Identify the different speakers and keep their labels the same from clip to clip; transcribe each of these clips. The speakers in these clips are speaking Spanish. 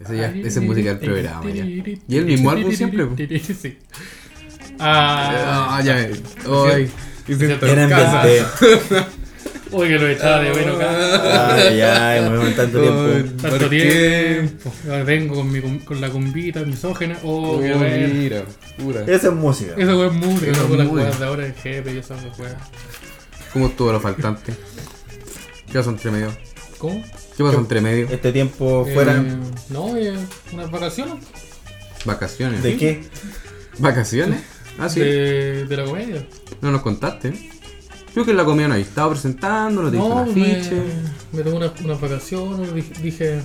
Speaker 1: Ese, ya, ese es música del programa. Ya. Y el mismo álbum siempre. po.
Speaker 2: Sí. Ah,
Speaker 1: Ah, ya. ves. Ay, y se entró en
Speaker 3: Era en
Speaker 1: casa.
Speaker 3: vez de.
Speaker 2: uy, que lo echaba de bueno acá.
Speaker 3: Ay, ay, me vemos tanto tiempo.
Speaker 1: Ay,
Speaker 2: Tanto
Speaker 1: Ah, ¿por qué?
Speaker 2: tiempo. Vengo con, mi, com- con la combita misógena. Oh,
Speaker 1: Oh,
Speaker 2: qué bueno.
Speaker 1: mira, pura.
Speaker 3: Esa es música.
Speaker 2: Esa wea es muy
Speaker 1: Esa
Speaker 2: rica con las
Speaker 1: muy
Speaker 2: weas de ahora el jefe y esas weas.
Speaker 1: ¿Cómo estuvo lo faltante? ¿Qué pasó entre medio?
Speaker 2: ¿Cómo?
Speaker 1: ¿Qué pasó entre medio?
Speaker 3: Este tiempo fuera.
Speaker 2: Eh, no, eh, unas vacaciones
Speaker 1: ¿Vacaciones?
Speaker 3: ¿De qué?
Speaker 1: ¿Vacaciones? Ah, sí.
Speaker 2: de, de la comedia.
Speaker 1: No nos contaste. Creo que en la comida no ahí. Estaba presentando, no te hizo
Speaker 2: No,
Speaker 1: un
Speaker 2: me,
Speaker 1: afiche.
Speaker 2: me tomé unas, unas vacaciones, dije, dije,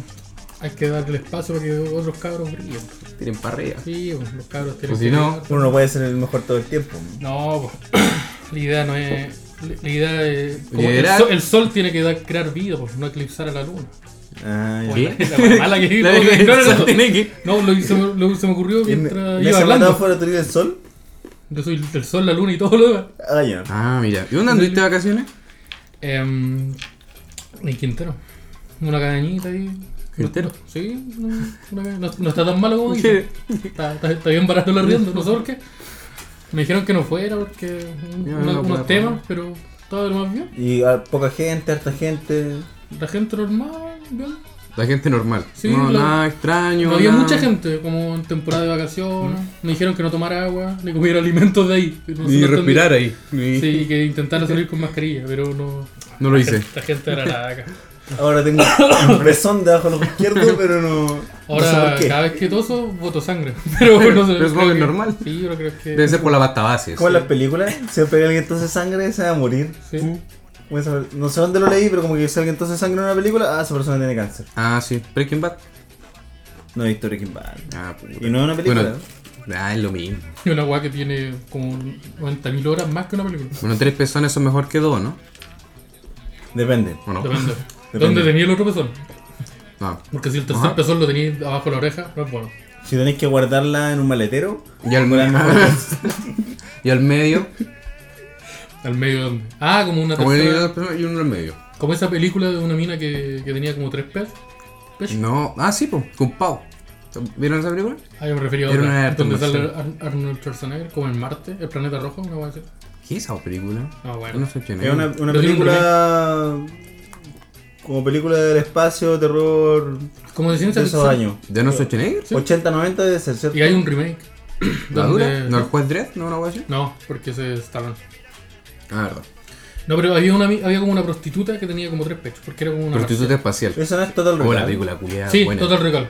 Speaker 2: hay que darle el espacio para que otros cabros brillen.
Speaker 1: Tiren para arriba.
Speaker 2: Sí, pues, los cabros tienen
Speaker 1: Pues
Speaker 2: que
Speaker 1: si no-
Speaker 2: brillar.
Speaker 3: Uno no puede ser el mejor todo el tiempo.
Speaker 2: No, pues, la idea no es... La idea es... como el,
Speaker 1: Liderar.
Speaker 2: sol, el sol tiene que dar, crear vida, pues, no eclipsar a la luna.
Speaker 3: Ay,
Speaker 2: Bueno, la wea mala que
Speaker 1: La
Speaker 2: no,
Speaker 1: que-
Speaker 2: no, no, no.
Speaker 1: se tiene que-
Speaker 2: No, lo que se me, lo que se me ocurrió
Speaker 3: ¿En,
Speaker 2: mientras
Speaker 3: en
Speaker 2: iba
Speaker 3: esa
Speaker 2: hablando.
Speaker 3: metáfora tú eres el sol?
Speaker 2: Yo soy el sol, la luna y todo lo demás.
Speaker 3: Ah, ya.
Speaker 1: Ah, mira. ¿Y dónde anduviste de vacaciones?
Speaker 2: Em, en Quintero. Una cañita ahí.
Speaker 1: ¿Quintero?
Speaker 2: Sí, no, una ca- no- no está tan malo como
Speaker 1: ¿Qué?
Speaker 2: dice. Está, está- está bien barato la rienda, no sé por qué. Me dijeron que no fuera porque un-
Speaker 1: Ya,
Speaker 2: una-
Speaker 1: no puedo
Speaker 2: unos temas, pero todo lo más bien.
Speaker 3: Y a poca gente, harta gente.
Speaker 2: La gente normal, bien.
Speaker 1: La gente normal.
Speaker 2: Sí,
Speaker 1: no,
Speaker 2: la-
Speaker 1: nada extraño.
Speaker 2: No había
Speaker 1: nada.
Speaker 2: mucha gente, como en temporada de vacaciones. Me dijeron que no tomara agua, ni comiera alimentos de ahí. No sé,
Speaker 1: Mm. Ni
Speaker 2: no entendí.
Speaker 1: respirar ahí. Ni-
Speaker 2: Sí, que intentara salir con mascarilla, pero no.
Speaker 1: No lo
Speaker 2: La
Speaker 1: hice.
Speaker 2: gente- La gente era la acá.
Speaker 3: Ahora tengo un pezón debajo del ojo izquierdo, pero no. no sé
Speaker 2: Ahora,
Speaker 3: por qué.
Speaker 2: cada vez que toso, voto sangre. Pero no sé.
Speaker 1: Pero es
Speaker 2: creo
Speaker 1: lo
Speaker 2: que-
Speaker 1: normal.
Speaker 2: Sí, yo creo que.
Speaker 1: Debe ser por la pasta base.
Speaker 3: Como en las películas, siempre alguien entonces sangre se va a morir.
Speaker 2: Sí.
Speaker 3: Como esa- No sé dónde lo leí, pero como que si alguien entonces sangre en una película, ah, esa persona tiene cáncer.
Speaker 1: Ah, sí. Breaking Bad.
Speaker 3: No he visto Breaking Bad.
Speaker 1: Ah, puta.
Speaker 3: Y no es una película.
Speaker 1: Bueno, ah, es lo mismo.
Speaker 2: Y una weá que tiene como 90.000 horas más que una película.
Speaker 1: Bueno, tres personas son mejor que dos, ¿no?
Speaker 3: Depende.
Speaker 1: ¿O no? Ah.
Speaker 2: Depende.
Speaker 3: Depende.
Speaker 2: ¿Dónde tenía el otro pezón?
Speaker 1: No.
Speaker 2: Porque si el tercer
Speaker 1: Ajá.
Speaker 2: pezón lo tenía abajo de la oreja, no es bueno.
Speaker 3: Si tenéis que guardarla en un maletero,
Speaker 1: Y al, y al medio.
Speaker 2: Al medio donde. Ah, como una
Speaker 1: Como
Speaker 2: tercera-
Speaker 1: el- dos personas y uno al medio.
Speaker 2: Como esa película de una mina que, que tenía como tres pez.
Speaker 1: No. Ah, sí, pues. Con Pau. ¿Vieron esa película?
Speaker 2: Ah, yo me refería a
Speaker 1: Era
Speaker 2: otra.
Speaker 1: una
Speaker 2: Donde sale
Speaker 1: adaptación.
Speaker 2: Ar- Arnold Schwarzenegger, como en Marte, el planeta rojo, una weá así.
Speaker 1: ¿Qué es esa película?
Speaker 2: Ah, bueno.
Speaker 1: No sé quién
Speaker 3: es una, una
Speaker 2: Pero tiene un
Speaker 3: película.
Speaker 1: ¿eh?
Speaker 3: Como película del espacio, terror,
Speaker 2: Como de ciencia
Speaker 3: de esos
Speaker 2: ficción.
Speaker 3: años.
Speaker 1: ¿De no Schwarzenegger?
Speaker 2: Sí.
Speaker 3: 80, 90 de ser, ¿cierto?
Speaker 2: Y hay un remake.
Speaker 1: ¿La dura?
Speaker 2: donde-
Speaker 1: ¿No el juez Dredd? ¿No una hueá así?
Speaker 2: No, porque se estaban.
Speaker 1: Ah, verdad.
Speaker 2: No, pero había, una, mi- había como una prostituta que tenía como tres pechos, porque era como una.
Speaker 1: Prostituta espacial.
Speaker 3: Eso no es Total
Speaker 1: Como la
Speaker 3: Recall.
Speaker 1: película culiada.
Speaker 2: Sí,
Speaker 1: buena.
Speaker 2: Total Recall.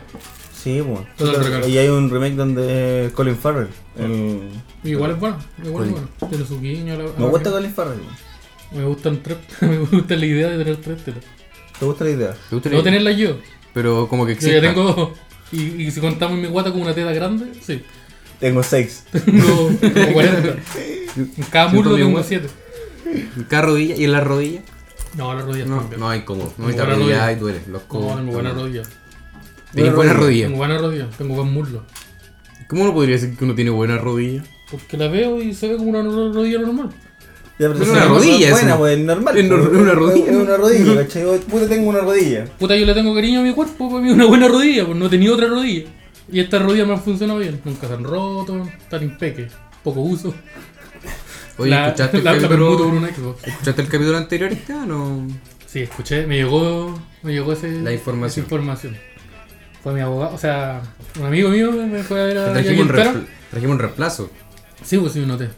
Speaker 3: Sí, bueno.
Speaker 2: Total Recall.
Speaker 3: Y hay un remake donde es Colin Farrell. el-
Speaker 2: Igual es bueno, igual
Speaker 1: Oye.
Speaker 2: es bueno. Tiene su guiño. la-
Speaker 1: Ah,
Speaker 3: Me
Speaker 2: la-
Speaker 3: gusta Colin Farrell.
Speaker 2: Me gustan tres. Me gusta la idea de tener tres tetas.
Speaker 3: ¿Te gusta la idea?
Speaker 1: ¿Te gusta la
Speaker 2: No
Speaker 1: idea?
Speaker 2: tenerlas yo.
Speaker 1: Pero como que
Speaker 2: Yo
Speaker 1: existe.
Speaker 2: ya tengo dos. Y, y si contamos mi guata como una teta grande, sí.
Speaker 3: Tengo seis.
Speaker 2: Tengo como 40. En cada
Speaker 1: Siento
Speaker 2: muslo
Speaker 1: mi
Speaker 2: tengo
Speaker 1: guata.
Speaker 2: siete.
Speaker 1: ¿En cada rodilla? ¿Y en la rodilla?
Speaker 2: No, las rodillas
Speaker 1: No,
Speaker 2: también.
Speaker 1: no hay como. No
Speaker 2: Tengo
Speaker 1: hay
Speaker 2: buena
Speaker 1: rodilla,
Speaker 2: rodilla.
Speaker 1: hay duele. Los codos.
Speaker 2: No, tengo buenas rodillas.
Speaker 1: Tenés
Speaker 3: Buena
Speaker 1: buena rodilla.
Speaker 2: Tengo buenas rodillas, tengo buen muslo.
Speaker 1: ¿Cómo uno podría decir que uno tiene buena rodilla?
Speaker 2: Porque la veo y se ve como una rodilla normal.
Speaker 3: Ya,
Speaker 1: Pero
Speaker 3: si
Speaker 1: una
Speaker 3: la cosa
Speaker 1: rodilla
Speaker 3: es
Speaker 1: es
Speaker 3: buena,
Speaker 1: una-
Speaker 3: pues, es normal.
Speaker 1: es nor-
Speaker 3: pues,
Speaker 1: una rodilla,
Speaker 3: Es una
Speaker 1: ¿no?
Speaker 3: rodilla, ¿cachai? Yo, Puta, tengo una rodilla.
Speaker 2: Puta, yo le tengo cariño a mi cuerpo, para mí una buena rodilla, pues no tenía otra rodilla. Y estas rodillas me han funcionado bien, nunca se han roto, están impeque, poco uso.
Speaker 1: Oye,
Speaker 2: la,
Speaker 1: ¿escuchaste, el
Speaker 2: la, la
Speaker 1: capítulo,
Speaker 2: permuto por un Xbox.
Speaker 1: ¿escuchaste el capítulo anterior, Esteban? o...?
Speaker 2: Sí, escuché, me llegó, me llegó ese,
Speaker 1: La información.
Speaker 2: esa información. Fue mi abogado, o sea, un amigo mío me- me fue a ver a, a
Speaker 1: Trajimos un,
Speaker 2: Quintero.
Speaker 1: reemplazo. trajimos un reemplazo.
Speaker 2: Sí, pues sí, noté.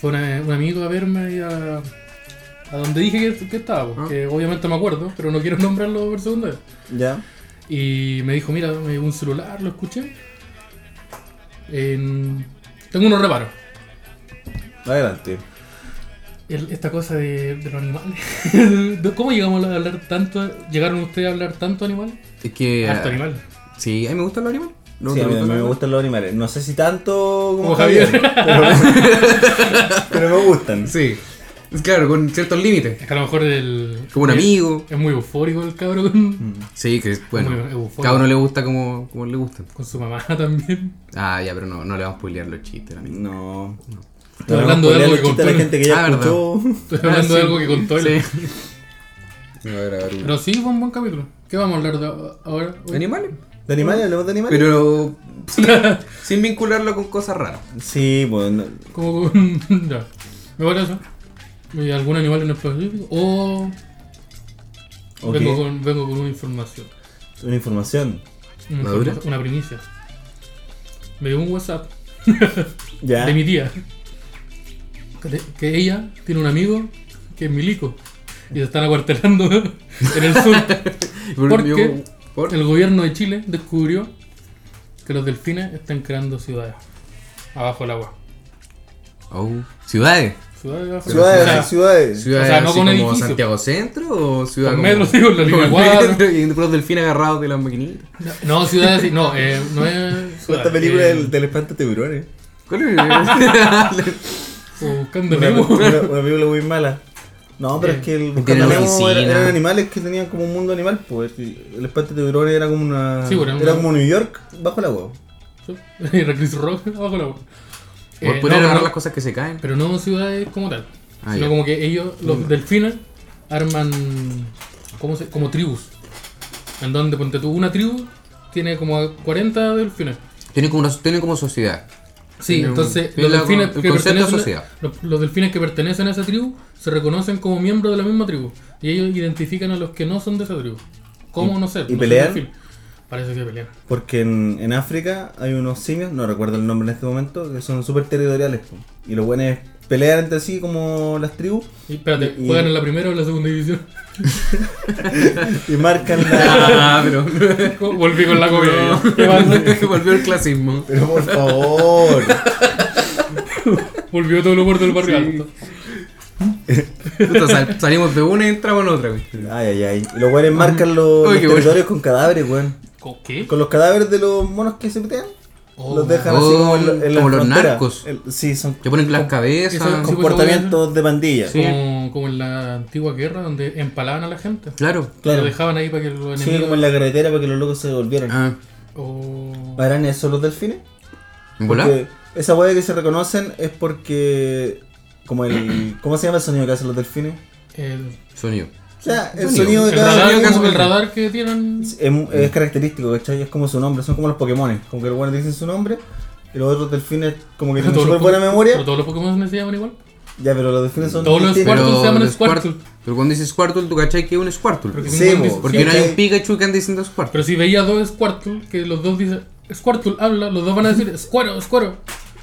Speaker 2: Fue una- un amigo a verme y a, a donde dije que, que estaba, pues,
Speaker 1: Ah.
Speaker 2: que obviamente me acuerdo, pero no quiero nombrarlo por segunda vez.
Speaker 3: Ya.
Speaker 2: Y me dijo, mira, me llegó un celular, lo escuché. En- Tengo unos reparos.
Speaker 3: Adelante.
Speaker 2: El- esta cosa de, de los animales. ¿De ¿Cómo llegamos a hablar tanto? ¿Llegaron ustedes a hablar tanto animal?
Speaker 1: Es que.
Speaker 2: Harto animal.
Speaker 1: Sí, a mí me gustan los animales. ¿No
Speaker 3: sí,
Speaker 1: te
Speaker 3: a mí
Speaker 1: gustan
Speaker 3: me
Speaker 1: los
Speaker 3: gustan los animales. No sé si tanto como
Speaker 2: Como Javier.
Speaker 3: pero- pero me gustan.
Speaker 1: animales? Sí. Es Claro, con ciertos límites.
Speaker 2: Es que a lo mejor el.
Speaker 1: Como Mm. un
Speaker 2: el-
Speaker 1: amigo.
Speaker 2: Es muy eufórico el cabrón.
Speaker 1: Sí, que es-
Speaker 2: Muy
Speaker 1: bueno.
Speaker 2: eufórico.
Speaker 1: Cada uno le gusta como, como le gustan.
Speaker 2: Con su mamá también.
Speaker 1: Ah, ya, pero no, no le vamos a spoilear los chistes, amigo.
Speaker 3: No.
Speaker 2: Estoy hablando de algo que
Speaker 3: a la
Speaker 2: contó-
Speaker 3: gente que ya
Speaker 1: Ah, verdad.
Speaker 3: escuchó.
Speaker 2: Estoy hablando de algo que contó él.
Speaker 1: Sí. Me va a grabar uno.
Speaker 2: Pero sí, fue un buen capítulo. ¿Qué vamos a hablar de ahora?
Speaker 1: Animales.
Speaker 3: ¿De animales? ¿Hablemos de animales?
Speaker 1: Pero sin, sin vincularlo con cosas raras.
Speaker 3: Sí, bueno.
Speaker 2: Como con... ya. Me parece. ¿Y algún animal en específico? O...
Speaker 3: Ok.
Speaker 2: Vengo, con, vengo con una información.
Speaker 3: Una información.
Speaker 2: Una,
Speaker 1: ¿Madura?
Speaker 2: informa- una primicia. Me llegó un WhatsApp
Speaker 3: Ya.
Speaker 2: de mi tía. Que, que ella tiene un amigo que es milico. Y se están acuartelando en el sur. Porque
Speaker 1: ¿Por?
Speaker 2: el gobierno de Chile descubrió que los delfines están creando ciudades. Abajo del agua.
Speaker 1: Oh. ¿Ciudades?
Speaker 2: Ciudades abajo del agua. O sea,
Speaker 3: Ciudades, ciudades.
Speaker 1: ¿Ciudades
Speaker 2: O sea, no
Speaker 1: así
Speaker 2: con
Speaker 1: como
Speaker 2: edificios.
Speaker 1: Santiago Centro o ciudad
Speaker 2: Con
Speaker 1: como-
Speaker 2: metros, digo, la
Speaker 1: con
Speaker 2: línea cuadra.
Speaker 1: metros y los delfines agarrados de las maquinitas.
Speaker 2: No, ciudades así. No, eh, no es. ciudad,
Speaker 3: Esta película
Speaker 2: eh,
Speaker 3: del, del espanto de tiburones.
Speaker 1: ¿Cuál Eh, es?
Speaker 2: o Buscando
Speaker 3: Una,
Speaker 2: Nemo.
Speaker 3: una- una película muy mala. No,
Speaker 2: Eh,
Speaker 3: pero es que el
Speaker 1: Tiene
Speaker 3: Buscando
Speaker 1: una
Speaker 3: Nemo era-
Speaker 1: piscina.
Speaker 3: eran animales que tenían como un mundo animal, pues. y El espanto de tiburones era como una.
Speaker 2: Sí, bueno, era
Speaker 3: era
Speaker 2: una-
Speaker 3: como New York bajo el agua.
Speaker 2: Era Chris Rock abajo del agua. Eh,
Speaker 1: Por
Speaker 2: no,
Speaker 1: poder agarrar
Speaker 2: pero-
Speaker 1: las cosas que se caen.
Speaker 2: Pero no ciudades como tal.
Speaker 1: Ah,
Speaker 2: sino
Speaker 1: ya.
Speaker 2: como que ellos, los delfines, arman ¿cómo se, como tribus. En donde, ponte tú, una tribu tiene como a 40 delfines.
Speaker 1: Tienen como, una- tienen como sociedad.
Speaker 2: Sí,
Speaker 1: Tiene un-
Speaker 2: entonces
Speaker 1: tiene
Speaker 2: los
Speaker 1: la-
Speaker 2: delfines,
Speaker 1: el
Speaker 2: que
Speaker 1: concepto de
Speaker 2: pertenecen,
Speaker 1: sociedad.
Speaker 2: los, los delfines que pertenecen a esa tribu se reconocen como miembros de la misma tribu. Y ellos identifican a los que no son de esa tribu. ¿Cómo no ser?
Speaker 3: y
Speaker 2: no son
Speaker 3: pelean?
Speaker 2: delfín. Parece que pelean.
Speaker 3: Porque en, en África hay unos simios, no recuerdo el nombre en este momento, que son súper territoriales. po. Y los buenos pelean entre sí como las tribus
Speaker 2: Y, espérate,
Speaker 3: Y- y-
Speaker 2: ¿juegan en la primera o en la segunda división?
Speaker 3: y marcan la.
Speaker 1: Ah, pero.
Speaker 2: Volví con la comida. Qué mal.
Speaker 1: Volvió el clasismo.
Speaker 3: Pero por favor.
Speaker 2: Volvió todo el humor del barrio alto.
Speaker 1: Puta, sal- salimos de una y entramos en otra, güey.
Speaker 3: Ay, ay, ay. Y los buenos marcan los,
Speaker 1: Oye,
Speaker 3: los
Speaker 1: qué bueno.
Speaker 3: territorios con cadáveres, weón.
Speaker 2: ¿Con qué?
Speaker 3: Con los cadáveres de los monos que se metían.
Speaker 2: Oh.
Speaker 3: los dejan
Speaker 1: Oh,
Speaker 3: así como en, la- en la
Speaker 1: como los
Speaker 3: frontera.
Speaker 1: narcos. Ah,
Speaker 3: El- sí, son
Speaker 1: Te ponen las cabezas.
Speaker 2: eso- sí,
Speaker 3: comportamientos de pandilla.
Speaker 1: Sí.
Speaker 2: Como, como en la antigua guerra donde empalaban a la gente.
Speaker 1: Claro.
Speaker 2: Lo
Speaker 3: Claro.
Speaker 2: dejaban ahí para que los
Speaker 3: Sí, como
Speaker 2: enemigos.
Speaker 3: en la carretera para que los locos se devolvieran.
Speaker 1: Ah,
Speaker 2: Oh.
Speaker 3: ¿Harán eso los delfines?
Speaker 1: ¿en volá?
Speaker 3: Porque esa hueá que se reconocen es porque. Como el. ¿Cómo se llama el sonido que hacen los delfines?
Speaker 2: El,
Speaker 1: Sonido.
Speaker 3: O sea, el
Speaker 1: Sonido.
Speaker 3: sonido de
Speaker 2: el
Speaker 3: cada Mm.
Speaker 2: radar,
Speaker 1: uno
Speaker 3: delfín
Speaker 1: que hace
Speaker 2: como el
Speaker 1: su-
Speaker 2: radar que tienen.
Speaker 3: es, es- es característico, ¿cachai? Es como su nombre, son como los Pokémon. Como que los buenos dicen su nombre y los otros delfines, como que
Speaker 2: Pero
Speaker 3: tienen
Speaker 2: todos
Speaker 3: súper
Speaker 2: los
Speaker 3: buena
Speaker 2: Pokémon-
Speaker 3: memoria.
Speaker 2: pero todos los Pokémon se llaman igual.
Speaker 3: Ya, pero los delfines son.
Speaker 2: Todos los
Speaker 3: distintos.
Speaker 2: Squirtle se
Speaker 1: Pero,
Speaker 2: llaman
Speaker 1: los
Speaker 2: Squirtle.
Speaker 1: Squirtle- pero cuando dices Squirtle, tú cachai que es un Squirtle.
Speaker 2: Porque-
Speaker 3: Sí,
Speaker 2: Porque
Speaker 3: po,
Speaker 1: Porque no hay un Pikachu que ande diciendo Squirtle.
Speaker 2: Pero si veía dos Squirtle, que los dos dicen. Squirtle habla, los dos van a decir Squirtle, Squirtle.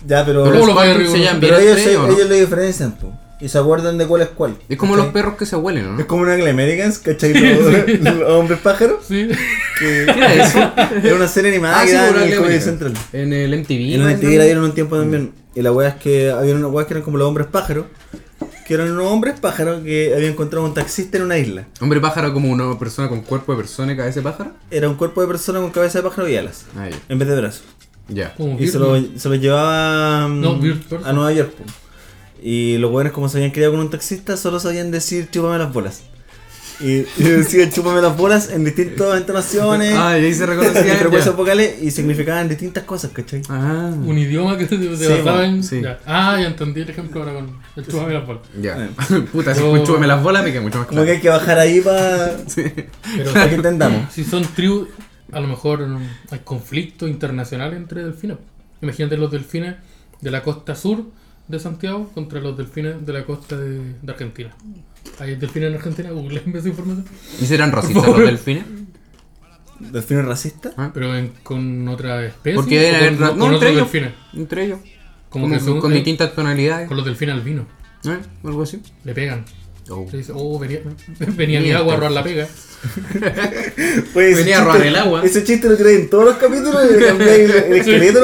Speaker 3: Ya, pero.
Speaker 2: Pero
Speaker 1: los
Speaker 2: lo
Speaker 1: Squirtle
Speaker 2: vaya arriba,
Speaker 1: se
Speaker 2: ¿no?
Speaker 1: llaman bien
Speaker 3: pero ellos,
Speaker 1: entre
Speaker 3: se-
Speaker 1: ellos, ¿no?
Speaker 3: ellos lo diferencian, po, Y se acuerdan de cuál es cuál.
Speaker 1: Es como
Speaker 3: ¿cachai?
Speaker 1: los perros que se huelen,
Speaker 3: Es
Speaker 1: ¿no?
Speaker 3: como un Anglo Americans, ¿cachai? Los, los hombres pájaros.
Speaker 2: Sí.
Speaker 3: Que
Speaker 1: Era eso.
Speaker 3: era una serie animada
Speaker 1: Ah,
Speaker 3: que
Speaker 1: sí,
Speaker 3: daban
Speaker 1: por
Speaker 3: en el
Speaker 1: la
Speaker 3: Comedy
Speaker 1: América.
Speaker 3: Central.
Speaker 1: En el MTV.
Speaker 3: Y en
Speaker 1: ¿no?
Speaker 3: la TV la dieron un tiempo también. Y la weá es que había unas weas que eran como los hombres pájaros. Que eran unos hombres pájaros que había encontrado un taxista en una isla.
Speaker 1: Hombre pájaro como una persona con cuerpo de persona y cabeza de pájaro.
Speaker 3: Era un cuerpo de persona con cabeza de pájaro y alas.
Speaker 1: Ahí,
Speaker 3: En vez de brazos.
Speaker 1: ya.
Speaker 2: Como
Speaker 3: Y
Speaker 2: Bird,
Speaker 3: se lo,
Speaker 2: ¿no?
Speaker 3: se lo llevaba mm,
Speaker 2: No, Bird Person.
Speaker 3: a Nueva York. po. Y los weones, como se habían criado con un taxista, solo sabían decir chúpame las bolas. Y, y decían chúpame las bolas en distintas entonaciones,
Speaker 1: Ah, y ahí se reconocía.
Speaker 3: en frecuencias
Speaker 1: ya.
Speaker 3: vocales y significaban distintas cosas, ¿cachai?
Speaker 1: Ah,
Speaker 2: Un idioma que se
Speaker 3: Sí,
Speaker 2: se basaba
Speaker 3: bueno,
Speaker 2: en.
Speaker 1: sí.
Speaker 2: ya. Ah, ya entendí el ejemplo ahora con el chúpame la bola.
Speaker 1: ya. Puta, si
Speaker 2: Yo-
Speaker 1: escucho me las bolas me queda mucho más
Speaker 3: Como
Speaker 1: claro.
Speaker 3: Ah. que hay que bajar ahí para
Speaker 2: Pero
Speaker 3: que entendamos.
Speaker 2: Si son tribus, a lo mejor mm, hay conflictos internacionales entre delfines. Imagínate los delfines de la costa sur de Santiago contra los delfines de la costa de, de Argentina. ¿Hay delfines en Argentina? Googleenme esa información.
Speaker 1: ¿Y serán racistas los
Speaker 2: favor.
Speaker 1: delfines?
Speaker 3: ¿Delfines racistas?
Speaker 1: Ah.
Speaker 2: Pero en- con otra especie.
Speaker 1: Porque
Speaker 2: o
Speaker 1: eran
Speaker 2: con,
Speaker 1: ra-
Speaker 2: con
Speaker 1: no,
Speaker 2: otros
Speaker 1: entre ellos.
Speaker 2: delfines.
Speaker 1: Entre ellos.
Speaker 2: Como
Speaker 1: Como
Speaker 2: que son-
Speaker 1: con
Speaker 2: eh,
Speaker 1: distintas tonalidades.
Speaker 2: con los delfines albinos.
Speaker 1: ¿Eh? Algo así.
Speaker 2: Le pegan.
Speaker 1: Oh.
Speaker 2: Le dicen, oh, venía, venía mi agua a robar la pega.
Speaker 3: Pues
Speaker 1: Venía a robar el agua.
Speaker 3: Ese chiste lo traen en todos los capítulos y le cambiáis el, el esqueleto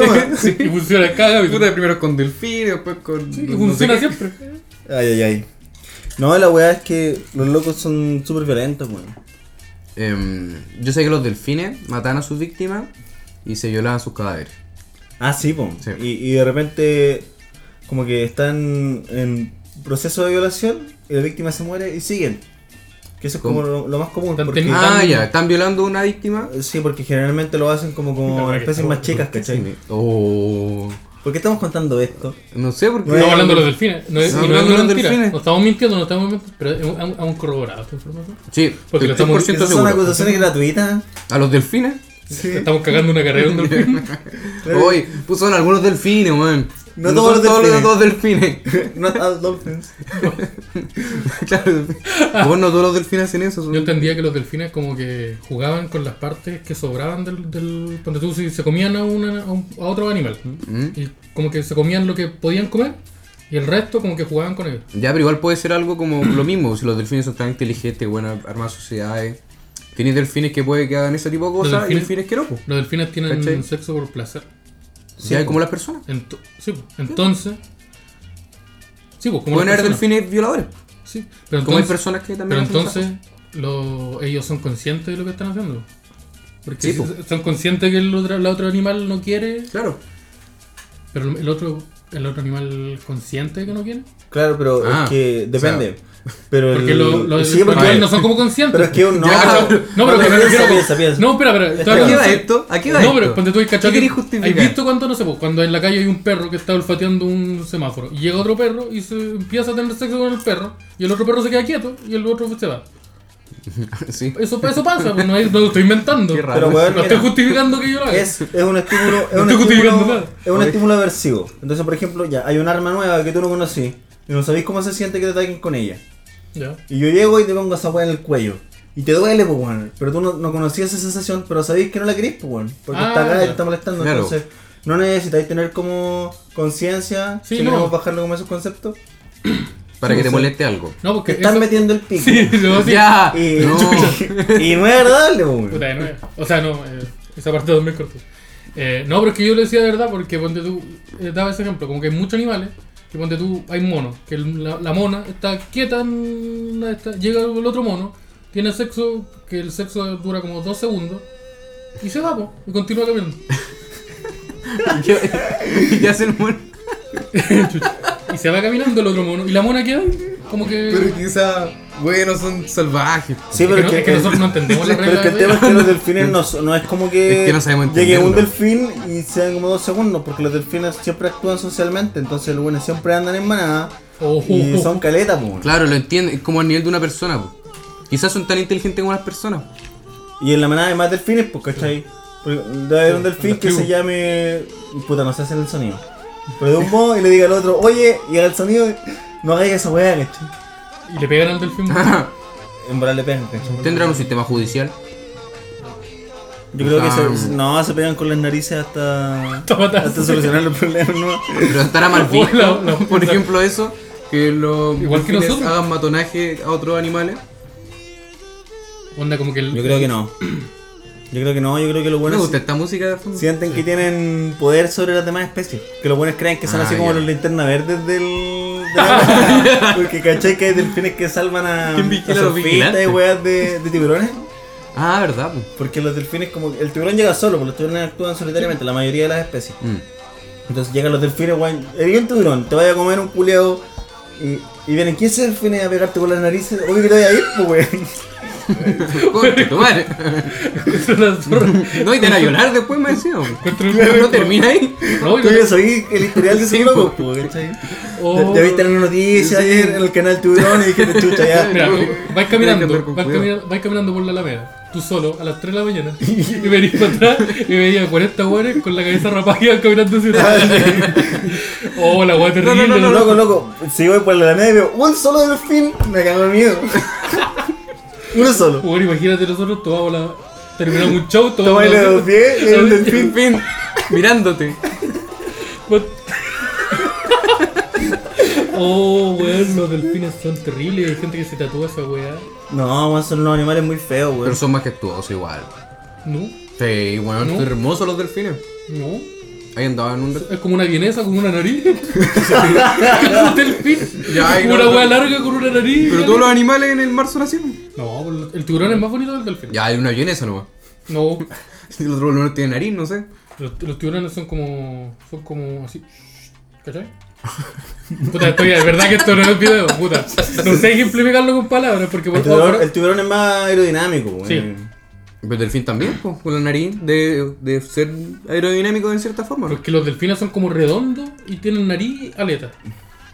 Speaker 3: nomás.
Speaker 2: Sí, y funciona cada vez.
Speaker 1: Puta, primero con delfines, después con.
Speaker 2: Y
Speaker 1: no sé
Speaker 2: funciona
Speaker 1: qué.
Speaker 2: siempre.
Speaker 3: Ay, ay, ay. No, la weá es que los locos son súper violentos, weón.
Speaker 1: Em, yo sé que los delfines mataban a sus víctimas y se violaban sus cadáveres.
Speaker 3: Ah, sí, po.
Speaker 1: Sí.
Speaker 3: Y, y de repente, como que están en proceso de violación y la víctima se muere y siguen. Que eso es como
Speaker 1: ¿Cómo?
Speaker 3: lo, lo más común.
Speaker 2: Están
Speaker 3: Porque,
Speaker 2: teniendo-
Speaker 1: Ah,
Speaker 2: están-
Speaker 1: ya, están violando a una víctima.
Speaker 3: sí, porque generalmente lo hacen como
Speaker 2: La
Speaker 3: con
Speaker 2: verdad que
Speaker 3: especies
Speaker 2: está
Speaker 3: más chicas, ¿cachai?
Speaker 1: Oh.
Speaker 3: ¿Por qué estamos contando esto?
Speaker 1: No sé por qué.
Speaker 2: Estamos hablando de los delfines. No, es,
Speaker 1: Estamos
Speaker 2: y no es
Speaker 1: hablando de
Speaker 2: una
Speaker 1: los
Speaker 2: mentira.
Speaker 1: delfines.
Speaker 2: No estamos mintiendo, no estamos mintiendo, pero hemos- hemos hemos corroborado esta información.
Speaker 1: Sí,
Speaker 2: Porque lo
Speaker 1: estoy
Speaker 2: estamos-
Speaker 1: 100%
Speaker 3: Esas son
Speaker 1: seguro.
Speaker 3: acusaciones gratuitas.
Speaker 1: ¿A los delfines?
Speaker 3: Sí.
Speaker 2: Estamos cagando una carrera de un delfín. Eh.
Speaker 1: Hoy, pues son algunos delfines, weón.
Speaker 3: No todos
Speaker 1: son
Speaker 3: los delfines.
Speaker 1: todos los delfines.
Speaker 3: Not all dolphins.
Speaker 1: claro. Weón, no todos los delfines hacen eso.
Speaker 2: Yo entendía que los delfines como que jugaban con las partes que sobraban del... del ponte tú, si se comían a, una- a un- a otro animal.
Speaker 1: Mm.
Speaker 2: Y como que se comían lo que podían comer y el resto como que jugaban con ellos.
Speaker 1: Ya, pero igual puede ser algo como lo mismo. Si los delfines son tan inteligentes, bueno, armar sociedades. Tienes delfines que puede que hagan ese tipo de cosas y delfines
Speaker 2: delfines?
Speaker 1: que no, pues.
Speaker 2: Los delfines tienen
Speaker 1: ¿Cachai?
Speaker 2: sexo por placer.
Speaker 1: Sí, hay como las personas.
Speaker 2: Ento- sí, pues, entonces... Sí, pues, como
Speaker 1: Pueden
Speaker 2: las
Speaker 1: haber
Speaker 2: personas.
Speaker 1: delfines violadores.
Speaker 2: Sí, pero
Speaker 1: como hay
Speaker 2: entonces-
Speaker 1: personas que también.
Speaker 2: Pero
Speaker 1: hacen esas
Speaker 2: entonces lo- ellos son conscientes de lo que están haciendo. Porque
Speaker 1: Sí,
Speaker 2: si
Speaker 1: po.
Speaker 2: son conscientes que el otro, el otro animal no quiere,
Speaker 1: cosas. Claro.
Speaker 2: pero el otro el otro animal consciente que no quiere.
Speaker 3: Claro, pero
Speaker 1: Ah,
Speaker 3: es que depende. pero
Speaker 2: Porque
Speaker 3: el-
Speaker 2: lo- los
Speaker 3: sí, porque-
Speaker 2: animales no son como conscientes. Ah,
Speaker 3: Pero es que un no.
Speaker 1: Ya,
Speaker 3: pero-
Speaker 1: pero-
Speaker 2: no, pero que me
Speaker 3: piensa,
Speaker 2: refiero como-
Speaker 3: piensa, piensa.
Speaker 2: No, espera, espera. estoy
Speaker 3: Aquí
Speaker 1: ¿Aquí
Speaker 2: hablando-
Speaker 1: va esto? ¿Aquí va
Speaker 2: no,
Speaker 1: esto?
Speaker 2: pero ponte tú el
Speaker 1: ¿Qué
Speaker 2: cachado.
Speaker 1: queréis
Speaker 2: que- ¿Has
Speaker 1: justificar?
Speaker 2: visto cuánto no sé? pues, cuando en la calle hay un perro que está olfateando un semáforo y llega otro perro y se empieza a tener sexo con el perro y el otro perro se queda quieto y el otro se va.
Speaker 1: sí.
Speaker 2: Eso, eso pasa, pues, no, es- no lo estoy inventando.
Speaker 1: Qué raro.
Speaker 3: Pero
Speaker 2: No
Speaker 3: weón, mira,
Speaker 2: estoy justificando que yo lo haga.
Speaker 3: es, es un estímulo, es
Speaker 2: No
Speaker 3: un
Speaker 2: estoy justificando
Speaker 3: estímulo,
Speaker 2: nada.
Speaker 3: es un estímulo aversivo. Entonces, por ejemplo, ya hay un arma nueva que tú no conocí y no sabéis cómo se siente que te ataquen con ella.
Speaker 2: Ya.
Speaker 3: Y yo llego y te pongo esa weá en el cuello. Y te duele, pues, weón. Pero tú no, no conocías esa sensación, pero sabéis que no la querés, pues, weón. Porque
Speaker 2: Ah,
Speaker 3: está acá y
Speaker 2: ya.
Speaker 3: te está molestando.
Speaker 1: Claro.
Speaker 3: Entonces, no necesitáis tener como conciencia.
Speaker 2: Sí,
Speaker 3: si
Speaker 2: no.
Speaker 3: queremos bajarlo como esos conceptos.
Speaker 1: Para que
Speaker 3: no
Speaker 1: te
Speaker 3: sé.
Speaker 1: moleste algo.
Speaker 2: No, porque
Speaker 3: Que están
Speaker 2: eso-
Speaker 3: metiendo el pico.
Speaker 2: Sí, no, sí. Eh,
Speaker 1: Ya.
Speaker 3: Y,
Speaker 1: No.
Speaker 3: y no es agradable, pues, weón.
Speaker 2: Puta, de nuevo. O sea, no, eh, esa parte también corté. Eh, no, pero es que yo lo decía de verdad porque ponte tú, eh, daba ese ejemplo, como que hay muchos animales, que ponte tú, hay monos, que el- la, la mona está quieta, en una de estas, llega el otro mono, tiene sexo, que el sexo dura como dos segundos, y se va, po, y continúa caminando.
Speaker 1: ¿Qué- ¿Qué hacen, weón?
Speaker 2: y se va caminando el otro mono, y la mona queda ahí, como que...
Speaker 1: Pero quizá, bueno, son salvajes.
Speaker 3: Sí,
Speaker 2: es que
Speaker 3: pero
Speaker 2: no-
Speaker 3: que-
Speaker 2: es que nosotros no entendemos la
Speaker 3: Pero es
Speaker 2: regla.
Speaker 3: que el tema es que los delfines no, son- no es como que,
Speaker 1: Es que no sabemos
Speaker 3: llegue un
Speaker 1: entenderlo.
Speaker 3: delfín y sean como dos segundos, porque los delfines siempre actúan socialmente, entonces los buenos siempre andan en manada
Speaker 2: Oh,
Speaker 3: y
Speaker 2: oh, oh.
Speaker 3: son caletas, po.
Speaker 1: Claro, lo entienden. Es como al nivel de una persona. po. Quizás son tan inteligentes como las personas.
Speaker 3: Y en la manada hay más delfines, pues, ¿cachai? Porque Debe haber un delfín
Speaker 2: las
Speaker 3: que se
Speaker 2: tribus.
Speaker 3: llame. Puta, no sé hacer el sonido. Pero de un modo y le diga al otro, oye, y haga el sonido, no hagáis esa weá, ¿cachai?
Speaker 2: Y le pegan al delfín.
Speaker 3: En verdad le pegan, ¿cachai?
Speaker 1: Tendrán un sistema judicial.
Speaker 3: Yo creo que
Speaker 1: Ah.
Speaker 3: se, no, se pegan con las narices hasta.
Speaker 2: Hasta matarse.
Speaker 3: hasta solucionar los problemas, ¿no?
Speaker 1: Pero estará mal visto.
Speaker 2: Hola, hola.
Speaker 1: Por ejemplo, eso. Que los
Speaker 2: Igual que
Speaker 1: delfines
Speaker 2: nosotros.
Speaker 1: hagan matonaje a otros animales.
Speaker 2: Onda como que el-
Speaker 3: Yo creo que no. Yo creo que no, yo creo que los
Speaker 1: Me
Speaker 3: buenos
Speaker 1: gusta esta música de fondo.
Speaker 3: sienten que tienen poder sobre las demás especies. Que los buenos creen que son
Speaker 1: Ah,
Speaker 3: así como
Speaker 1: ya.
Speaker 3: los linternas verdes del. de la- Porque cachai que hay delfines que salvan a.
Speaker 1: ¿Quién vigila
Speaker 3: a
Speaker 1: a los
Speaker 3: surfistas y
Speaker 1: vigilantes?
Speaker 3: weas de, de tiburones.
Speaker 1: Ah, verdad. po.
Speaker 3: Porque los delfines, como. El tiburón llega solo, porque los tiburones actúan solitariamente, la mayoría de las especies.
Speaker 1: Mm.
Speaker 3: Entonces llegan los delfines, weón. Herido el tiburón, te vaya a comer un culeo. Y, y vienen 15 delfines a pegarte con las narices. Obvio que te vaya a ir, pues, weón.
Speaker 1: Concha tu madre.
Speaker 2: la zorra.
Speaker 1: No, y te van a violar después, me decían.
Speaker 2: Encuentro un-
Speaker 1: No termina ahí.
Speaker 2: No, y
Speaker 3: Tú
Speaker 2: no-
Speaker 3: ya sabías el historial de
Speaker 1: Sí,
Speaker 3: ese loco, pues, ¿cachai?
Speaker 2: Oh.
Speaker 3: Ya viste la noticia ayer en el canal Tiburón y dijiste, chucha, ya.
Speaker 2: Mira, vais caminando,
Speaker 1: Tienes que andar con
Speaker 2: vais
Speaker 1: cuidado.
Speaker 2: caminando, vais caminando por la Alameda, tú solo, a las 3 de la mañana, y venís para atrás y veías 40 hueones con la cabeza rapada que iban caminando así.
Speaker 3: Ah,
Speaker 2: oh, la hueá terrible.
Speaker 1: No, no,
Speaker 3: Loco, loco, si voy por la media y veo un solo delfín, me cago en miedo. Uno solo.
Speaker 2: Hueón, imagínate nosotros tomamos la... Terminamos un show, tomamos
Speaker 3: Tomáis
Speaker 2: la-
Speaker 3: los pies y el delfín.
Speaker 1: Fin, mirándote.
Speaker 2: Oh, weón, los delfines son terribles. Hay gente que se tatúa esa weá.
Speaker 3: No, weón, son unos animales muy feos,
Speaker 1: Pero
Speaker 3: weón.
Speaker 1: son majestuosos igual.
Speaker 2: No,
Speaker 1: Sí, bueno,
Speaker 2: ¿No?
Speaker 1: son hermosos los delfines.
Speaker 2: no.
Speaker 1: Ahí andaban en un delfín.
Speaker 2: Es como una vienesa con una nariz. es un delfín.
Speaker 1: Ya,
Speaker 2: Es
Speaker 1: ay,
Speaker 2: como
Speaker 1: no,
Speaker 2: una
Speaker 1: no.
Speaker 2: hueá larga con una nariz.
Speaker 1: Pero todos los animales en el mar son así. po.
Speaker 2: No, pues, el tiburón es más bonito del delfín.
Speaker 1: Ya, hay una vienesa nomás.
Speaker 2: No,
Speaker 1: El otro no tiene nariz, no sé.
Speaker 2: los, los tiburones son como. Son como así. ¿Cachai? Puta, estoy, es verdad que esto no es video, puta. No sé ejemplificarlo con palabras porque.
Speaker 3: El
Speaker 2: por-
Speaker 3: tiburón,
Speaker 2: por-
Speaker 3: el tiburón es más aerodinámico,
Speaker 2: Sí.
Speaker 3: weón.
Speaker 1: Pero el delfín también, pues, con la nariz, de, de ser aerodinámico en cierta forma. ¿no?
Speaker 2: Porque los delfines son como redondos y tienen nariz y aleta.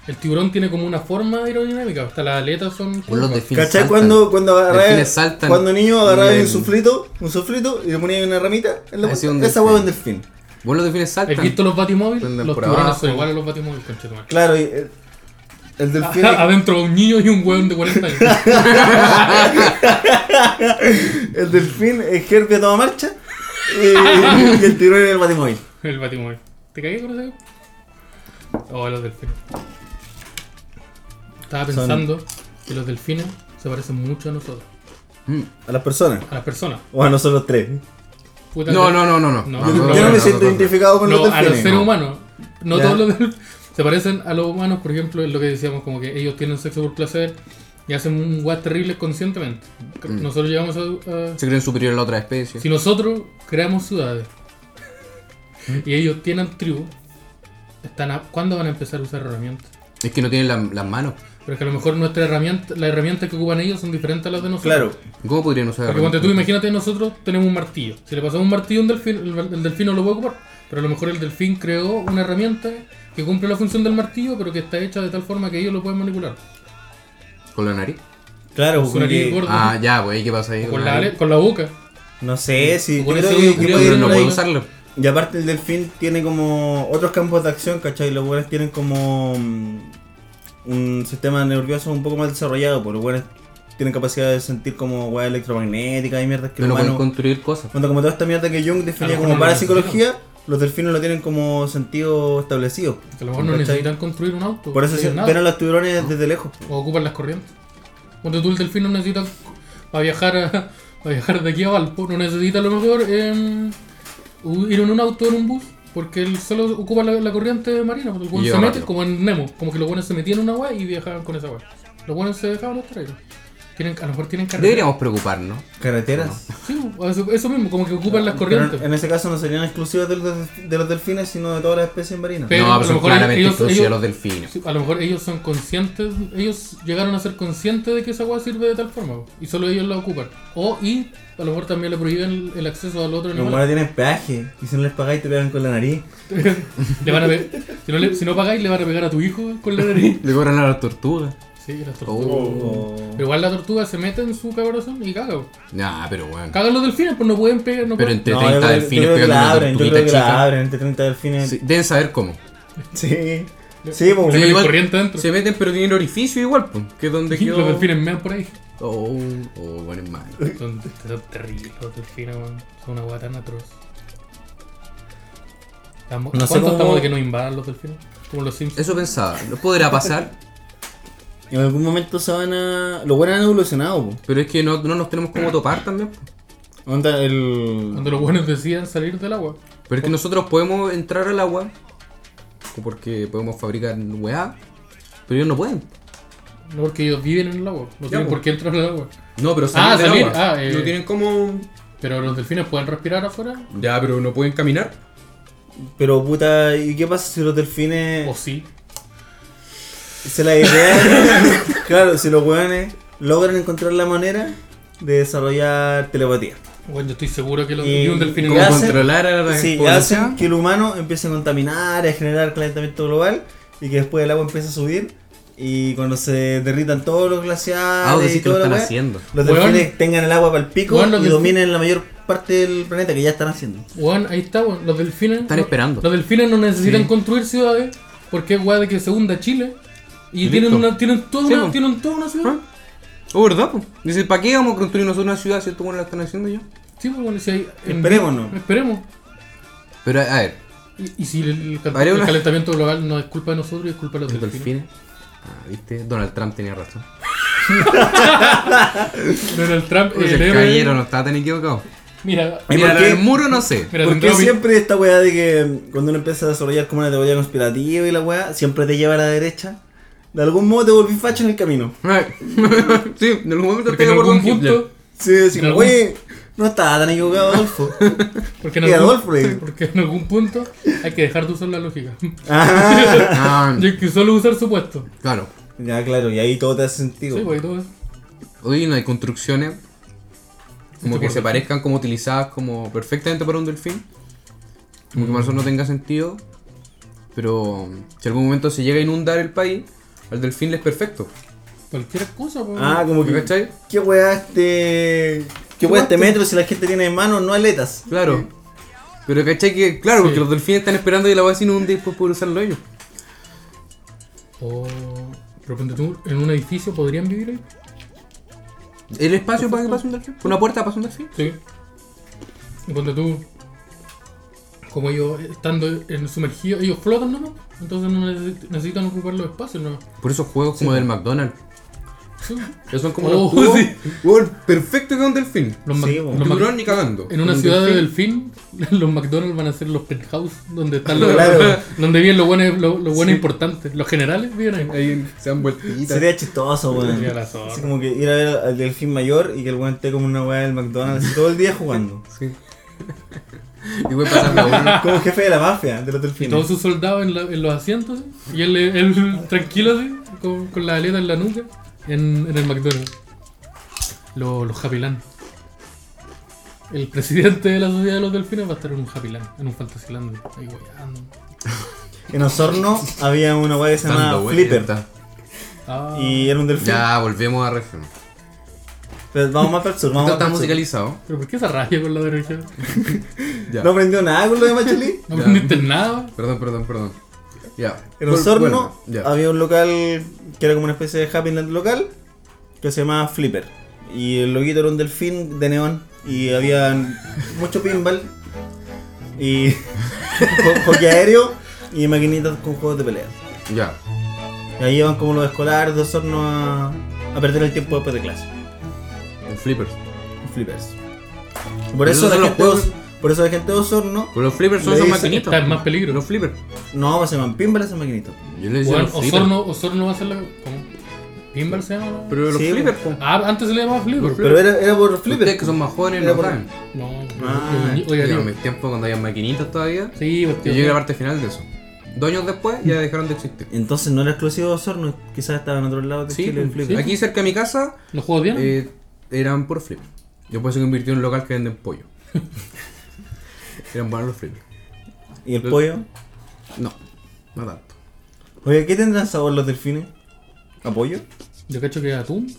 Speaker 2: El tiburón tiene como una forma aerodinámica, hasta las aletas son.
Speaker 1: Pues los delfines
Speaker 3: ¿Cachai
Speaker 1: saltan.
Speaker 3: cuando, cuando agarrabas-
Speaker 1: Delfines saltan.
Speaker 3: Cuando niño agarrabas
Speaker 1: Y el-
Speaker 3: un suflito, un suflito y le ponías una ramita en la
Speaker 1: Ah, sí, un
Speaker 3: punta? Esa
Speaker 1: delfín.
Speaker 3: hueá es un delfín.
Speaker 1: Vos los delfines
Speaker 2: ¿Has
Speaker 1: saltan.
Speaker 2: visto los batimóviles?
Speaker 1: Andan
Speaker 2: Los
Speaker 1: por
Speaker 2: tiburones
Speaker 1: abajo.
Speaker 2: son iguales a los batimóviles, conchetumare.
Speaker 3: Claro, y el, el delfín.
Speaker 2: Ajá, Adentro un niño y un hueón de 40 años.
Speaker 3: el delfín es Herbie a toda marcha. Y, y el tiburón es el batimóvil.
Speaker 2: El batimóvil. ¿Te cagué con eso? Oh, los delfines. Estaba
Speaker 3: Son-
Speaker 2: pensando que los delfines se parecen mucho a nosotros,
Speaker 1: Mm.
Speaker 3: A las personas.
Speaker 2: a las personas.
Speaker 3: O a nosotros tres.
Speaker 2: Puta
Speaker 1: No,
Speaker 2: que-
Speaker 1: no, no, no. no.
Speaker 2: No,
Speaker 1: No,
Speaker 3: Yo,
Speaker 2: no,
Speaker 3: yo no me
Speaker 2: no,
Speaker 3: siento identificado con
Speaker 2: No,
Speaker 3: los
Speaker 2: a los
Speaker 3: delfines.
Speaker 2: seres humanos. No
Speaker 3: Ya.
Speaker 2: todos los del- se parecen a los humanos, por ejemplo, es lo que decíamos, como que ellos tienen sexo por placer y hacen un guas terrible conscientemente.
Speaker 3: Mm.
Speaker 2: Nosotros llegamos a- a
Speaker 1: Se creen superior a la otra especie.
Speaker 2: Si nosotros creamos ciudades
Speaker 3: Mm.
Speaker 2: y ellos tienen tribu, están a- ¿cuándo van a empezar a usar herramientas?
Speaker 1: Es que no tienen la- las manos.
Speaker 2: Pero es que a lo mejor nuestra herramienta, las herramientas que ocupan ellos son diferentes a las de nosotros.
Speaker 3: Claro.
Speaker 1: ¿Cómo podrían usar
Speaker 2: Porque cuando
Speaker 1: herramientas?
Speaker 2: tú imagínate, nosotros tenemos un martillo. Si le pasamos un martillo a un delfín, el, el delfín no lo puede ocupar. Pero a lo mejor el delfín creó una herramienta que cumple la función del martillo, pero que está hecha de tal forma que ellos lo pueden manipular.
Speaker 1: ¿Con la nariz?
Speaker 3: Claro,
Speaker 2: Su nariz
Speaker 3: porque.
Speaker 2: gorda,
Speaker 1: Ah, ya, pues, ¿y ¿qué pasa ahí?
Speaker 2: o con, la, ale- con la boca.
Speaker 3: No sé si.
Speaker 2: Con ese
Speaker 3: creo que-
Speaker 2: hoyo
Speaker 3: que
Speaker 2: culiao
Speaker 3: puede
Speaker 1: Pero
Speaker 3: ir
Speaker 1: no
Speaker 3: por
Speaker 1: puedo
Speaker 3: ahí.
Speaker 1: usarlo.
Speaker 3: Y aparte el delfín tiene como otros campos de acción, ¿cachai? Los buenos tienen como mm, un sistema nervioso un poco más desarrollado, porque los buenos tienen capacidad de sentir como weá electromagnética y mierdas que el
Speaker 1: Pero pueden
Speaker 3: humano...
Speaker 1: construir cosas.
Speaker 3: Cuando como toda esta mierda que Jung
Speaker 2: A
Speaker 3: definía
Speaker 2: lo mejor
Speaker 3: como
Speaker 2: no lo
Speaker 3: parapsicología, los delfines lo tienen como sentido establecido.
Speaker 2: Que a lo mejor no
Speaker 3: ¿cachai?
Speaker 2: necesitan construir un auto.
Speaker 3: Por eso
Speaker 2: no
Speaker 3: se
Speaker 2: necesitan
Speaker 3: ven a
Speaker 2: nada.
Speaker 3: los tiburones desde lejos.
Speaker 2: O ocupan las corrientes. Cuando tú el delfín no necesita para viajar a, para viajar de aquí a Valpo, no necesita a lo mejor em, u- ir en un auto o en un bus, porque él solo ocupa la, la corriente marina, porque el
Speaker 1: Y
Speaker 2: buen se
Speaker 1: lleva
Speaker 2: mete
Speaker 1: rápido.
Speaker 2: como en Nemo, como que los buenos se metían en una weá y viajaban con esa weá. Los buenos se dejaban los trailers. Tienen, a lo mejor tienen carretera.
Speaker 1: Deberíamos preocuparnos.
Speaker 3: Carreteras.
Speaker 2: Sí, eso, eso mismo, como que ocupan las
Speaker 3: Pero
Speaker 2: corrientes.
Speaker 3: en ese caso no serían exclusivos de los, de los delfines, sino de todas las especies marinas.
Speaker 2: Pero a
Speaker 1: no,
Speaker 2: lo
Speaker 1: pero son
Speaker 2: mejor
Speaker 1: claramente
Speaker 2: ellos-
Speaker 1: exclusivos
Speaker 2: ellos-
Speaker 1: los delfines.
Speaker 2: Sí, a lo mejor ellos son conscientes, ellos llegaron a ser conscientes de que esa agua sirve de tal forma po, y solo ellos la ocupan. O y a lo mejor también le prohíben el, el acceso al otro
Speaker 3: Los
Speaker 2: animal.
Speaker 3: buenos tienen peaje, y si no les pagáis te pegan con la nariz.
Speaker 2: Le van a pe- si, no le- si no pagáis le van a pegar a tu hijo con la nariz.
Speaker 1: Le cobran a las tortugas.
Speaker 2: Sí, las tortugas.
Speaker 1: Oh.
Speaker 3: O-
Speaker 2: Pero igual la tortuga se mete en su caparazón y caga. po.
Speaker 1: Nah, pero bueno.
Speaker 2: Cagan los delfines, pues no pueden pegar, no
Speaker 1: Pero
Speaker 2: pueden-
Speaker 1: entre
Speaker 3: No,
Speaker 1: 30
Speaker 3: yo creo- yo
Speaker 1: delfines
Speaker 3: creo que
Speaker 1: pegando
Speaker 3: la
Speaker 1: una
Speaker 3: abren, yo creo
Speaker 1: tortuguita
Speaker 3: que la
Speaker 1: chica.
Speaker 3: abren entre 30 delfines.
Speaker 1: Sí,
Speaker 3: Sí.
Speaker 1: deben saber cómo.
Speaker 3: Sí,
Speaker 2: Le
Speaker 3: pues.
Speaker 1: Sí.
Speaker 2: meten
Speaker 1: igual-
Speaker 2: corriente dentro.
Speaker 1: Se meten, pero tienen orificio igual, pues. Que es donde
Speaker 2: Y
Speaker 1: quedó.
Speaker 2: Los delfines mean por ahí.
Speaker 1: Oh, oh, bueno, es malo.
Speaker 2: Son, son terribles los delfines, weón. Son una guatana atroz. Estamos,
Speaker 3: No sé
Speaker 2: ¿Cuánto
Speaker 3: cómo-
Speaker 2: estamos de que nos invadan los delfines? Como los Simpsons.
Speaker 1: Eso pensaba. No podrá pasar,
Speaker 3: En algún momento se van a. Los buenos han evolucionado, po.
Speaker 1: pero es que no, no nos tenemos cómo topar también. po.
Speaker 3: Onda, el.
Speaker 2: Cuando los buenos decían salir del agua.
Speaker 1: Pero es que nosotros podemos entrar al agua porque podemos fabricar weá, pero ellos no pueden.
Speaker 2: No porque ellos viven en el agua. No tienen
Speaker 1: po.
Speaker 2: por qué entrar al agua.
Speaker 1: No, pero
Speaker 2: Ah,
Speaker 1: del
Speaker 2: salir,
Speaker 1: agua.
Speaker 2: ah, eh.
Speaker 1: No tienen cómo.
Speaker 2: Pero los delfines pueden respirar afuera.
Speaker 1: Ya, pero no pueden caminar.
Speaker 3: Pero puta, ¿y qué pasa si los
Speaker 2: O
Speaker 3: delfines
Speaker 2: sí.
Speaker 3: se la idean? claro, si los hueones logran encontrar la manera de desarrollar telepatía.
Speaker 2: Bueno, yo estoy seguro que los
Speaker 3: Y-
Speaker 2: y un delfín en
Speaker 1: ¿Cómo
Speaker 2: el agua.
Speaker 3: hacen?
Speaker 1: controlar a la
Speaker 3: Sí, hacen
Speaker 1: población?
Speaker 3: que el humano empiece a contaminar, a generar calentamiento global y que después el agua empiece a subir. Y cuando se derritan todos los
Speaker 1: Ah, vos
Speaker 3: glaciares y
Speaker 1: decís que lo
Speaker 3: toda la
Speaker 1: están
Speaker 3: weá,
Speaker 1: haciendo.
Speaker 3: Los
Speaker 2: Weón.
Speaker 3: delfines tengan el agua para el pico
Speaker 2: Weón, los
Speaker 3: y
Speaker 2: delfines-
Speaker 3: dominen la mayor parte del planeta que ya están haciendo.
Speaker 2: Weón, ahí está, weón. Los delfines.
Speaker 1: Están
Speaker 2: no-
Speaker 1: esperando.
Speaker 2: Los delfines no necesitan construir ciudades porque es weá de que se hunda Chile. Y
Speaker 1: Y
Speaker 2: tienen,
Speaker 1: listo.
Speaker 2: una, tienen, toda
Speaker 1: Sí,
Speaker 2: una,
Speaker 1: po.
Speaker 2: tienen toda una ciudad.
Speaker 1: ¿Ah? Oh, ¿verdad? po? Dice, ¿para qué vamos a construir nosotros una ciudad si estos bueno la están haciendo ya?
Speaker 2: Sí, pues bueno, si hay. en-
Speaker 3: Esperemos, ¿no?
Speaker 2: Esperemos.
Speaker 1: Pero a ver,
Speaker 2: Y, y si el, el cal-
Speaker 1: Haré
Speaker 2: el
Speaker 1: una-
Speaker 2: calentamiento global no es culpa de nosotros, es culpa de los
Speaker 1: los
Speaker 2: delfines. Eh,
Speaker 1: delfines. Ah, ¿viste? Donald Trump tenía razón.
Speaker 2: Donald Trump,
Speaker 1: Pues
Speaker 2: el
Speaker 1: el
Speaker 2: héroe-
Speaker 1: caballero no estaba tan equivocado.
Speaker 2: Mira,
Speaker 3: ¿Y
Speaker 1: Mira,
Speaker 3: por
Speaker 1: el
Speaker 3: qué?
Speaker 1: muro no sé.
Speaker 2: mira,
Speaker 3: ¿Por qué
Speaker 2: tendrá opi-
Speaker 3: siempre esta weá de que mm, cuando uno empieza a desarrollar como una teoría conspirativa y la weá, siempre te lleva a la derecha? De algún modo te volví facho en el camino.
Speaker 1: Ay. sí, en algún momento
Speaker 2: porque
Speaker 1: estoy de
Speaker 2: en
Speaker 1: acuerdo
Speaker 2: algún
Speaker 1: con Hitler.
Speaker 2: punto.
Speaker 3: Sí,
Speaker 2: ¿De
Speaker 3: así como,
Speaker 2: algún-
Speaker 3: "Oye, no estaba tan equivocado Adolfo.
Speaker 2: Porque en,
Speaker 3: Y
Speaker 2: algún,
Speaker 3: Adolfo, eh.
Speaker 2: porque en algún punto hay que dejar de usar la lógica.
Speaker 3: Ah,
Speaker 1: Ah,
Speaker 2: Y hay que solo usar su puesto.
Speaker 1: claro.
Speaker 3: ya, claro, y ahí todo te hace
Speaker 2: Sí,
Speaker 3: sentido.
Speaker 2: pues ahí todo es.
Speaker 1: Hoy no hay construcciones. Como que se parezcan como utilizadas como perfectamente para un delfín. Como que Marzón no tenga sentido. Pero si algún momento se llega a inundar el país, al delfín le es perfecto.
Speaker 2: Cualquier cosa, po.
Speaker 3: Ah, como que.
Speaker 1: ¿Cachai?
Speaker 3: ¿Qué weá este. ¿Qué weá este metro si la gente tiene manos, no aletas?
Speaker 1: Claro. Pero cachai que, claro, porque
Speaker 2: Sí.
Speaker 1: los delfines están esperando que la base inunde y después poder usarlo ellos.
Speaker 2: O. Pero ponte tú, en un edificio podrían vivir ahí.
Speaker 1: ¿El espacio para que pase un delfín? ¿Una puerta para un delfín?
Speaker 2: Sí. Y ponte tú. Como ellos estando en sumergidos, ellos flotan nomás. Entonces no necesit- necesitan ocupar los espacios nomás.
Speaker 1: Por esos juegos como del McDonald's.
Speaker 2: Sí.
Speaker 1: Esos son como
Speaker 2: Oh,
Speaker 1: los cubos.
Speaker 2: sí.
Speaker 1: Weón, perfecto que es un delfín.
Speaker 2: Los
Speaker 3: Sí,
Speaker 2: Mac-
Speaker 3: po.
Speaker 1: Un
Speaker 2: los Mac-
Speaker 1: tiburón ni cagando.
Speaker 2: En una
Speaker 1: Un
Speaker 2: ciudad de
Speaker 1: delfín.
Speaker 2: delfín, los McDonald's van a ser los penthouse, donde están los,
Speaker 3: Claro.
Speaker 2: donde viven los buenos, los, los buenos importantes. Los generales viven ahí.
Speaker 1: Ahí en- se dan vueltitas.
Speaker 3: Sería chistoso, weón.
Speaker 2: Sería la zorra.
Speaker 3: Así como que ir a ver al delfín mayor y que el weón esté como una weá del McDonald's así todo el día jugando.
Speaker 1: Sí. Y voy pasando uno.
Speaker 3: Como jefe de la mafia de
Speaker 2: Y
Speaker 3: los
Speaker 2: todos
Speaker 3: delfines.
Speaker 2: sus soldados en, la- en los asientos, así, y él, él tranquilo, así, con, con la aleta en la nuca, en, en el McDonald's. Los, los Happy Land. El presidente de la sociedad de los delfines va a estar en un Happy Land, en un Fantasyland, ahí guayando.
Speaker 3: En Osorno había una weá que se
Speaker 1: Dando
Speaker 3: llamaba Flipper.
Speaker 1: vueltas.
Speaker 2: Ah,
Speaker 3: Y era un delfín.
Speaker 1: Ya, volvemos a región.
Speaker 3: Pero vamos más para el sur, vamos
Speaker 1: Esto
Speaker 3: más
Speaker 1: está
Speaker 3: para el sur.
Speaker 1: musicalizado.
Speaker 2: ¿Pero por qué esa raya con la derecha?
Speaker 1: Ya.
Speaker 3: No aprendió nada con lo de Machalí.
Speaker 2: ¿No
Speaker 1: Ya.
Speaker 2: aprendiste nada?
Speaker 1: Perdón, perdón, perdón. Ya.
Speaker 3: En
Speaker 1: Vol-
Speaker 3: Osorno
Speaker 1: bueno, ya.
Speaker 3: había un local que era como una especie de Happy Land local que se llamaba Flipper. Y el loguito era un delfín de neón y había mucho pinball y jo- hockey aéreo y maquinitas con juegos de pelea.
Speaker 1: Ya.
Speaker 3: Y ahí iban como los escolares de Osorno a, a perder el tiempo después de clase.
Speaker 1: En flippers.
Speaker 3: Flippers. Por
Speaker 1: Pero
Speaker 3: eso,
Speaker 1: esos
Speaker 3: la
Speaker 1: son los
Speaker 3: gente, de
Speaker 1: juegos-
Speaker 3: Os- por eso la gente de Osorno
Speaker 1: Pero los flippers son
Speaker 3: Le
Speaker 1: esas
Speaker 3: dicen-
Speaker 1: maquinitas.
Speaker 2: Está en más peligro.
Speaker 1: Los flippers.
Speaker 3: no pues se llaman pinball esas maquinitas.
Speaker 1: Yo le decía
Speaker 2: Bueno,
Speaker 1: los flippers.
Speaker 2: Osorno, Osorno va a ser la. ¿Cómo? ¿Pinball se llama?
Speaker 1: Pero los
Speaker 3: Sí, pues,
Speaker 1: flippers. pues,
Speaker 3: bueno.
Speaker 2: Ah, antes se le llamaba Flipper.
Speaker 3: Pero era, era por Flipper.
Speaker 1: Ustedes que son más jóvenes
Speaker 3: Era
Speaker 1: no
Speaker 3: por-
Speaker 1: saben.
Speaker 2: No,
Speaker 3: Ah,
Speaker 2: oye, oye,
Speaker 1: Yo en
Speaker 2: tío.
Speaker 1: mis tiempos cuando había maquinitas todavía.
Speaker 2: Sí, pues,
Speaker 1: Yo
Speaker 2: tío.
Speaker 1: llegué a la parte final de eso. Dos años después ya dejaron de existir.
Speaker 3: Entonces no era exclusivo de Osorno, quizás estaba en otro lado de
Speaker 1: Sí,
Speaker 3: Chile el
Speaker 1: pues,
Speaker 3: Flipper.
Speaker 1: aquí cerca de mi casa
Speaker 2: ¿Los juegos bien?
Speaker 1: eh, eran por flipper. Después se convirtió en un local que venden pollo. eran buenos los flippers.
Speaker 3: ¿Y el
Speaker 1: Lo-
Speaker 3: pollo?
Speaker 1: No, no tanto.
Speaker 3: Oye, ¿qué tendrán sabor los delfines? ¿A pollo?
Speaker 2: Yo cacho que atún.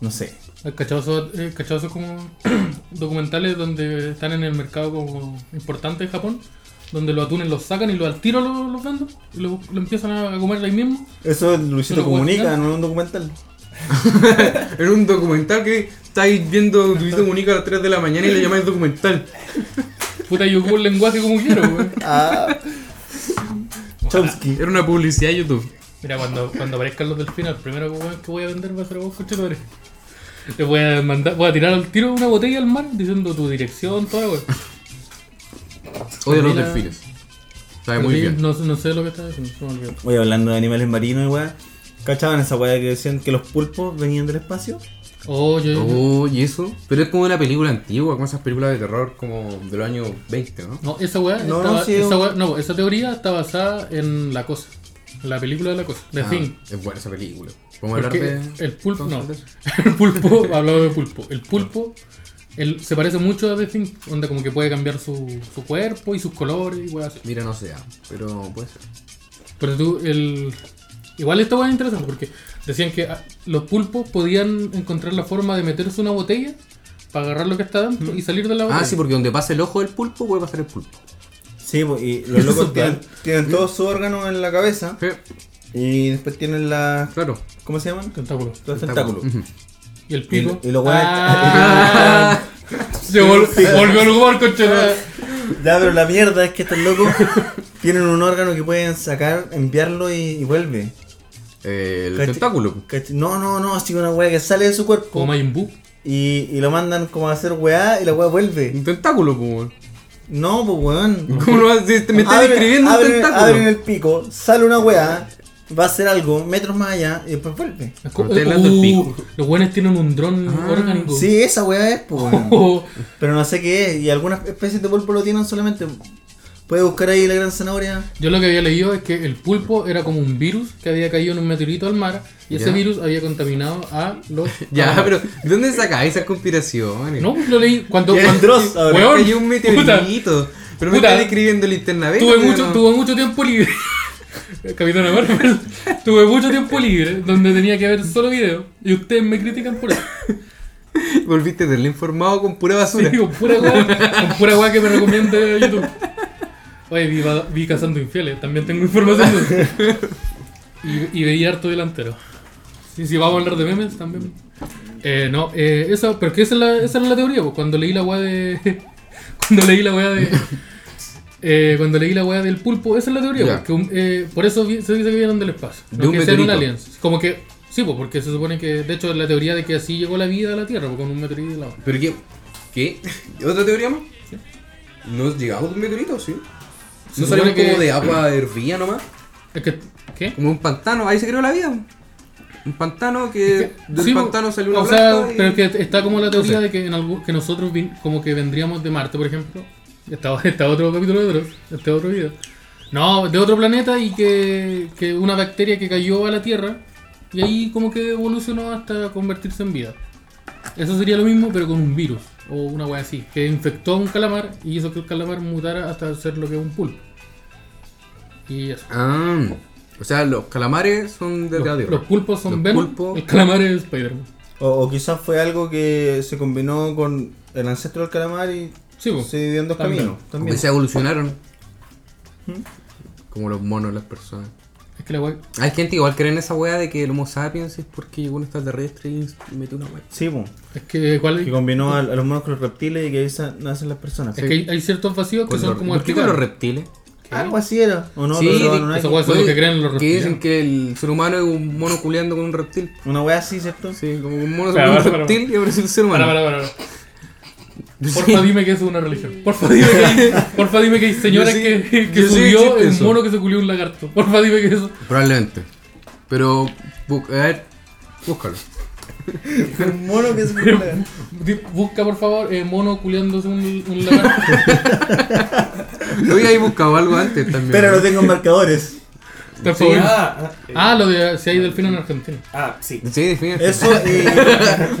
Speaker 3: No sé.
Speaker 2: Hay cachazos, eh, cachazos como documentales donde están en el mercado como importante de Japón, donde los atunes los sacan y los al tiro los, los venden y lo, lo empiezan a comer ahí mismo.
Speaker 3: Eso es Luisito
Speaker 2: ¿No lo
Speaker 3: Comunica,
Speaker 2: cuentan?
Speaker 3: no es un documental.
Speaker 1: Era un documental que estáis viendo Luisito Comunica a las 3 de la mañana y le llamáis documental.
Speaker 2: Puta, yo ocupo el lenguaje como quiero, güey.
Speaker 3: Ah. Chomsky.
Speaker 1: Era una publicidad de YouTube.
Speaker 2: Mira, cuando, cuando aparezcan los delfines, el primero que voy- que voy a vender va a ser a vos, conchetumare. Le voy a mandar, voy a tirar al tiro una botella al mar diciendo tu dirección, todo, güey.
Speaker 1: Odio los
Speaker 2: Mira.
Speaker 1: delfines. Sabe muy
Speaker 2: Sí,
Speaker 1: bien.
Speaker 2: No, no sé lo que estás diciendo, se me olvidó.
Speaker 3: Oye, hablando de animales marinos y weá. ¿Cachaban esa weá que decían que los pulpos venían del espacio?
Speaker 2: Oh, yo, yo-
Speaker 1: Oh, y eso. Pero es como una película antigua, como esas películas de terror como de los años 20, ¿no?
Speaker 2: No, esa weá,
Speaker 3: No,
Speaker 2: estaba-
Speaker 3: no, sí,
Speaker 2: esa
Speaker 3: un-
Speaker 2: weá- no, esa teoría está basada en la cosa, en la película de la cosa, de
Speaker 1: Ah,
Speaker 2: Thing.
Speaker 1: Es buena esa película. Podemos hablar
Speaker 2: Porque
Speaker 1: de.
Speaker 2: el pulpo, no,
Speaker 1: podemos hablar
Speaker 2: el pulpo, hablaba de pulpo, el pulpo el- se parece mucho a The Thing, donde como que puede cambiar su, su cuerpo y sus colores y weá así.
Speaker 1: Mira, no sea, pero puede ser.
Speaker 2: Pero tú, el... Igual esta weá es interesante porque decían que ah, los pulpos podían encontrar la forma de meterse una botella para agarrar lo que está dentro y salir de la botella.
Speaker 1: Ah, sí,
Speaker 3: pues.
Speaker 1: porque donde pasa el ojo del pulpo, puede pasar el pulpo.
Speaker 3: Sí, po, y los locos tienen, tienen todos sus órganos en la cabeza
Speaker 1: Sí,
Speaker 3: y después tienen las.
Speaker 1: claro.
Speaker 3: ¿Cómo se llaman?
Speaker 2: Tentáculo.
Speaker 3: Los tentáculos.
Speaker 1: Ujú.
Speaker 2: Y el
Speaker 3: Y,
Speaker 2: pico.
Speaker 3: y los weones-
Speaker 2: Ah. Se vol-
Speaker 3: Sí. pues. Ah.
Speaker 2: volvió el humor, conchetumare.
Speaker 3: Ya, pero la mierda es que estos locos tienen un órgano que pueden sacar, enviarlo y, y vuelve.
Speaker 1: Eh, el
Speaker 3: Cacha-
Speaker 1: tentáculo.
Speaker 3: Cach- No, no, no, así una weá que sale de su cuerpo
Speaker 2: Como Majin Buu.
Speaker 3: y, y lo mandan como a hacer weá y la weá vuelve.
Speaker 1: Un tentáculo, como.
Speaker 3: No, pues weón.
Speaker 1: ¿Cómo lo vas a decir? Me estás
Speaker 3: Abren-
Speaker 1: describiendo un
Speaker 3: abren-
Speaker 1: tentáculo.
Speaker 3: Abren el pico, sale una weá, va a hacer algo, metros más allá y después vuelve.
Speaker 2: Es como-
Speaker 1: Estoy hablando del pico. Ah,
Speaker 2: Los buenos tienen un dron orgánico.
Speaker 3: Sí, esa weá es, pues weón.
Speaker 2: Oh,
Speaker 3: Pero no sé qué es y algunas especies de pulpo lo tienen solamente. Puedes buscar ahí la gran zanahoria.
Speaker 2: Yo lo que había leído es que el pulpo era como un virus que había caído en un meteorito al mar y ese
Speaker 1: Ya.
Speaker 2: virus había contaminado a los.
Speaker 1: Ya,
Speaker 2: camarones.
Speaker 1: pero ¿de dónde sacáis esas conspiraciones?
Speaker 2: No, lo leí cuando.
Speaker 3: ¿Qué?
Speaker 2: cuando-
Speaker 3: Dross, ahora,
Speaker 2: Weón,
Speaker 1: Cayó un
Speaker 2: puta,
Speaker 1: meteorito. pero me
Speaker 2: Puta.
Speaker 1: estás escribiendo linterna verde.
Speaker 2: tuve, mucho,
Speaker 1: ¿no?
Speaker 2: tuve mucho tiempo libre. Capitana Marvel. tuve mucho tiempo libre donde tenía que ver solo video y ustedes me critican por eso.
Speaker 1: Volviste del informado con pura basura.
Speaker 2: Digo, pura weá, con pura weá que me recomiende YouTube. Oye, vi, vi Cazando Infieles, también tengo información. de eso. Y, y veía harto delantero. Y si vamos a hablar de memes, también. Eh, no, eh, esa, porque esa, es la, esa era la teoría, pues, cuando leí la weá de... Cuando leí la weá de... eh, cuando leí la weá del pulpo, esa es la teoría,
Speaker 1: Ya.
Speaker 2: pues, que un- eh, por eso vi- se dice que vienen del espacio.
Speaker 1: De
Speaker 2: no
Speaker 1: un
Speaker 2: que sean
Speaker 1: meteorito.
Speaker 2: aliens. Como que, sí, pues, porque se supone que, de hecho, la teoría de que así llegó la vida a la Tierra, pues, con un meteorito y la otra.
Speaker 1: ¿Pero qué? ¿Qué? ¿Otra teoría más? ¿No llegamos de un meteorito, sí?
Speaker 2: Se
Speaker 1: ¿No
Speaker 2: supone
Speaker 1: salimos
Speaker 2: que-
Speaker 1: como de agua hervía nomás?
Speaker 2: Es que, ¿qué?
Speaker 1: Como un pantano, ahí se creó la vida. Un pantano que del
Speaker 2: Sí, pues,
Speaker 1: pantano salió una
Speaker 2: o sea,
Speaker 1: planta y-
Speaker 2: pero que está como la teoría
Speaker 1: sé.
Speaker 2: de que en algún- que nosotros vin- como que vendríamos de Marte, por ejemplo. Está, está otro capítulo de Dross, este otro video. No, de otro planeta y que, que una bacteria que cayó a la Tierra y ahí como que evolucionó hasta convertirse en vida. Eso sería lo mismo, pero con un virus o una wea así, que infectó a un calamar y hizo que el calamar mutara hasta ser lo que es un pulpo. Y eso.
Speaker 1: Ah, o sea, los calamares son de la
Speaker 2: Los,
Speaker 1: tierra.
Speaker 2: los pulpos son
Speaker 1: Los
Speaker 2: Venom,
Speaker 1: pulpos-
Speaker 2: el calamar es Spider-Man.
Speaker 3: O, o quizás fue algo que se combinó con el ancestro del calamar y
Speaker 2: Sí, pues. po.
Speaker 3: se dividió en dos
Speaker 2: También. ¿Mm?
Speaker 3: caminos.
Speaker 1: Como
Speaker 3: También.
Speaker 1: que se evolucionaron. Como los monos, las personas.
Speaker 2: Es que la wea
Speaker 1: Hay gente que igual cree en esa wea de que el Homo sapiens es porque llegó un extraterrestre y y metió una wea.
Speaker 3: Sí, po.
Speaker 2: Es que, ¿cuál es?
Speaker 3: Que combinó a, a los monos con los reptiles y que ahí sa- nacen las personas.
Speaker 2: Es que hay, hay ciertos vacíos que
Speaker 1: Con
Speaker 2: son
Speaker 1: los-
Speaker 2: como
Speaker 1: ¿Por qué con los
Speaker 2: explicables.
Speaker 1: reptiles?
Speaker 3: Algo así era. ¿O no?
Speaker 1: Sí,
Speaker 3: Lo
Speaker 1: di-
Speaker 3: robaron a
Speaker 2: Esa
Speaker 3: alguien.
Speaker 2: weá son
Speaker 1: Oye,
Speaker 2: lo que creen los
Speaker 1: Que dicen
Speaker 2: reptilianos.
Speaker 1: que el ser humano es un mono culeando con un reptil.
Speaker 3: Una wea así, ¿cierto?
Speaker 1: Sí, como un mono
Speaker 2: Espera,
Speaker 1: con un
Speaker 2: para, para,
Speaker 1: reptil y aparece un ser humano.
Speaker 2: Para, para, para. para.
Speaker 1: Sí.
Speaker 2: Porfa, dime que eso es una religión. Porfa, dime que hay, porfa, dime que hay señoras
Speaker 1: Yo sí-
Speaker 2: que, que
Speaker 1: yo sí
Speaker 2: subió
Speaker 1: existe
Speaker 2: un
Speaker 1: eso.
Speaker 2: mono que se culió un lagarto. Porfa, dime que eso.
Speaker 1: Probablemente. Pero, bu- a ver, búscalo.
Speaker 3: Un mono que se
Speaker 2: Di- Busca, por favor, eh, mono culiándose un, un lagarto.
Speaker 1: Yo había ahí buscado algo antes también.
Speaker 3: Pero no
Speaker 1: ¿no?
Speaker 3: tengo marcadores.
Speaker 2: Por favor.
Speaker 4: Ah, ah,
Speaker 2: Ah, lo de si hay delfines en Argentina.
Speaker 4: ah, sí.
Speaker 1: Sí, definitivamente.
Speaker 3: Eso y.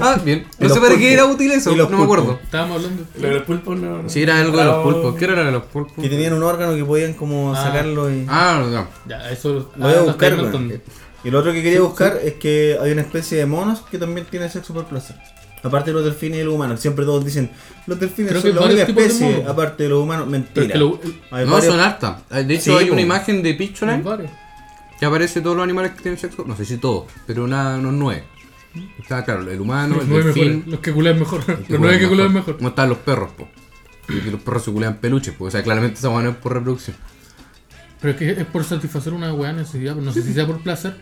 Speaker 1: Ah, bien.
Speaker 3: Y
Speaker 1: No sé
Speaker 3: los
Speaker 1: para qué
Speaker 3: pulpos.
Speaker 1: era útil eso,
Speaker 3: Y
Speaker 1: no
Speaker 3: los
Speaker 1: me acuerdo.
Speaker 3: pulpos.
Speaker 2: Estábamos hablando.
Speaker 4: Lo de los pulpos no. no.
Speaker 1: Sí, era algo de
Speaker 4: Ah,
Speaker 1: los pulpos. ¿Qué era lo de los pulpos?
Speaker 3: que tenían un órgano que podían como
Speaker 2: Ah.
Speaker 3: sacarlo y.
Speaker 1: Ah, no.
Speaker 2: Ya, eso.
Speaker 3: Lo voy a
Speaker 2: ah,
Speaker 3: buscar,
Speaker 2: no,
Speaker 3: weón.
Speaker 2: no,
Speaker 3: Y lo otro que quería buscar es que hay una especie de monos que también tiene sexo por placer. Aparte de los delfines y los humanos. Siempre todos dicen, los delfines
Speaker 2: Creo que
Speaker 3: son la
Speaker 2: varios
Speaker 3: única
Speaker 2: tipos de
Speaker 3: especie,
Speaker 2: monos.
Speaker 3: aparte de los humanos.
Speaker 2: pero es
Speaker 3: Mentira.
Speaker 2: que lo-
Speaker 3: Hay
Speaker 1: No,
Speaker 3: varios-
Speaker 1: son hartas. Ah, De hecho,
Speaker 3: Sí,
Speaker 1: hay
Speaker 3: po.
Speaker 1: una imagen de
Speaker 2: hay
Speaker 1: Pictionary
Speaker 2: varios.
Speaker 1: que aparece todos los animales que tienen sexo. No sé si todos, pero una, unos nueve. Está claro, el humano,
Speaker 2: Los
Speaker 1: el
Speaker 2: nueve
Speaker 1: delfín.
Speaker 2: mejores. Los que culean mejor. Los nueve que culean mejor.
Speaker 1: ¿Cómo están los perros, po? Y que los perros se culean peluches, po. O sea, claramente esa hueá no es por reproducción.
Speaker 2: Pero es que es por satisfacer una weá necesidad, pues, no sé si sea por placer.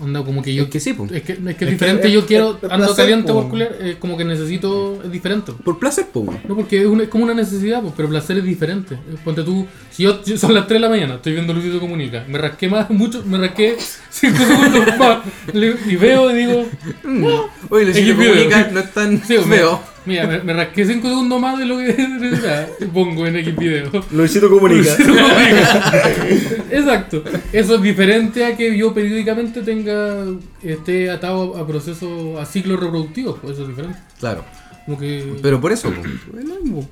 Speaker 2: Onda, como que yo.
Speaker 1: Es que sí, po.
Speaker 2: Es que, es que es
Speaker 3: pues. que pues.
Speaker 2: diferente,
Speaker 3: es-
Speaker 2: yo
Speaker 3: es-
Speaker 2: quiero.
Speaker 3: es
Speaker 2: ando
Speaker 3: placer,
Speaker 2: caliente
Speaker 3: po.
Speaker 2: por culiar, eh, como que necesito. Es diferente. po.
Speaker 1: Por placer, po. weón.
Speaker 2: No, porque es, una- es como una necesidad, po, pero placer es diferente. Eh, Ponte tú. Si yo, yo- son las 3 de la mañana, estoy viendo Luisito Comunica. Me rasqué más, mucho, me rasqué 5 segundos más. le- Y veo y digo.
Speaker 1: Mm. Oye, les
Speaker 2: Es que
Speaker 1: digo
Speaker 2: es video.
Speaker 1: comunicar, no es tan
Speaker 2: Sí,
Speaker 1: feo.
Speaker 2: Mira, me, me rasqué 5 segundos más de lo que era, y pongo en X video.
Speaker 3: Luisito comunica.
Speaker 2: Exacto. Eso es diferente a que yo periódicamente tenga esté atado a procesos, a ciclos reproductivos. Pues eso es diferente.
Speaker 1: Claro.
Speaker 2: Como que.
Speaker 1: Pero por eso, po.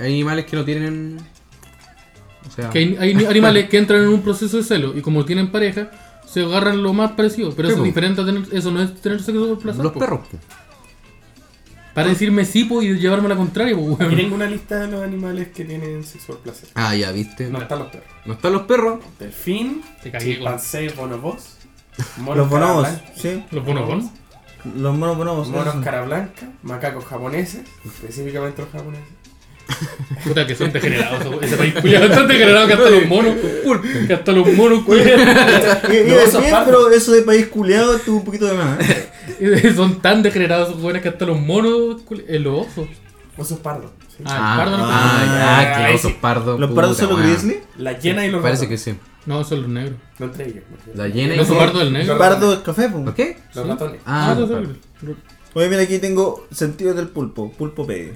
Speaker 1: Hay animales que no tienen. O sea.
Speaker 2: que hay, hay animales que entran en un proceso de celo y como tienen pareja, se agarran lo más parecido. Pero
Speaker 1: Sí,
Speaker 2: eso
Speaker 1: po.
Speaker 2: es diferente a tener. Eso no es tener sexo por placer.
Speaker 1: Los
Speaker 2: po.
Speaker 1: perros, po.
Speaker 2: Para decirme sí, po, y llevarme la contraria, po, pues, weón.
Speaker 4: Aquí tengo una lista de los animales que tienen sexual placer.
Speaker 1: Ah, ya, viste.
Speaker 4: No
Speaker 1: No,
Speaker 4: están los perros.
Speaker 1: están los perros.
Speaker 4: Delfín,
Speaker 2: Te cagué,
Speaker 4: chimpancé, bonobos. monos
Speaker 3: Los
Speaker 4: cara
Speaker 3: bonobos,
Speaker 2: ¿eh?
Speaker 4: blanca-
Speaker 3: sí.
Speaker 2: Los bonobos.
Speaker 3: Los monos bonobos.
Speaker 4: Monos
Speaker 3: esos.
Speaker 4: cara blanca, macacos japoneses, específicamente los japoneses.
Speaker 2: Puta que son degenerados. po. Ese país culiao es tan degenerado que hasta los monos. Que hasta los monos culiao,
Speaker 3: Y- y
Speaker 4: No, esos
Speaker 3: bien,
Speaker 4: pardos.
Speaker 3: pero eso de país culeado tuvo un poquito de más. ¿eh?
Speaker 2: Son tan degenerados esos weones que hasta los monos. culiao- eh, los osos.
Speaker 4: Osos pardos. sí.
Speaker 2: Ah, el pardo no
Speaker 1: ah,
Speaker 3: cuenta.
Speaker 1: ya,
Speaker 4: Ah,
Speaker 1: que
Speaker 4: ahí
Speaker 1: osos
Speaker 4: sí.
Speaker 1: pardos.
Speaker 3: Los
Speaker 1: puta,
Speaker 3: pardos son los
Speaker 1: weón.
Speaker 3: grizzly.
Speaker 4: La hiena y los
Speaker 1: Parece que
Speaker 4: ratones.
Speaker 1: sí.
Speaker 2: No, son los negros.
Speaker 4: No entre ellos. me refiero.
Speaker 1: La hiena y.
Speaker 2: El oso
Speaker 1: los-
Speaker 2: pardo del negro.
Speaker 4: Los
Speaker 3: Pardo es café, po.
Speaker 1: ¿Los qué?
Speaker 4: Los
Speaker 2: Sí.
Speaker 4: ratones.
Speaker 1: Ah,
Speaker 2: Ah,
Speaker 1: los
Speaker 2: son
Speaker 1: pardos.
Speaker 2: negros.
Speaker 3: Oye, mira, aquí tengo sentido del pulpo. Pulpo pegue.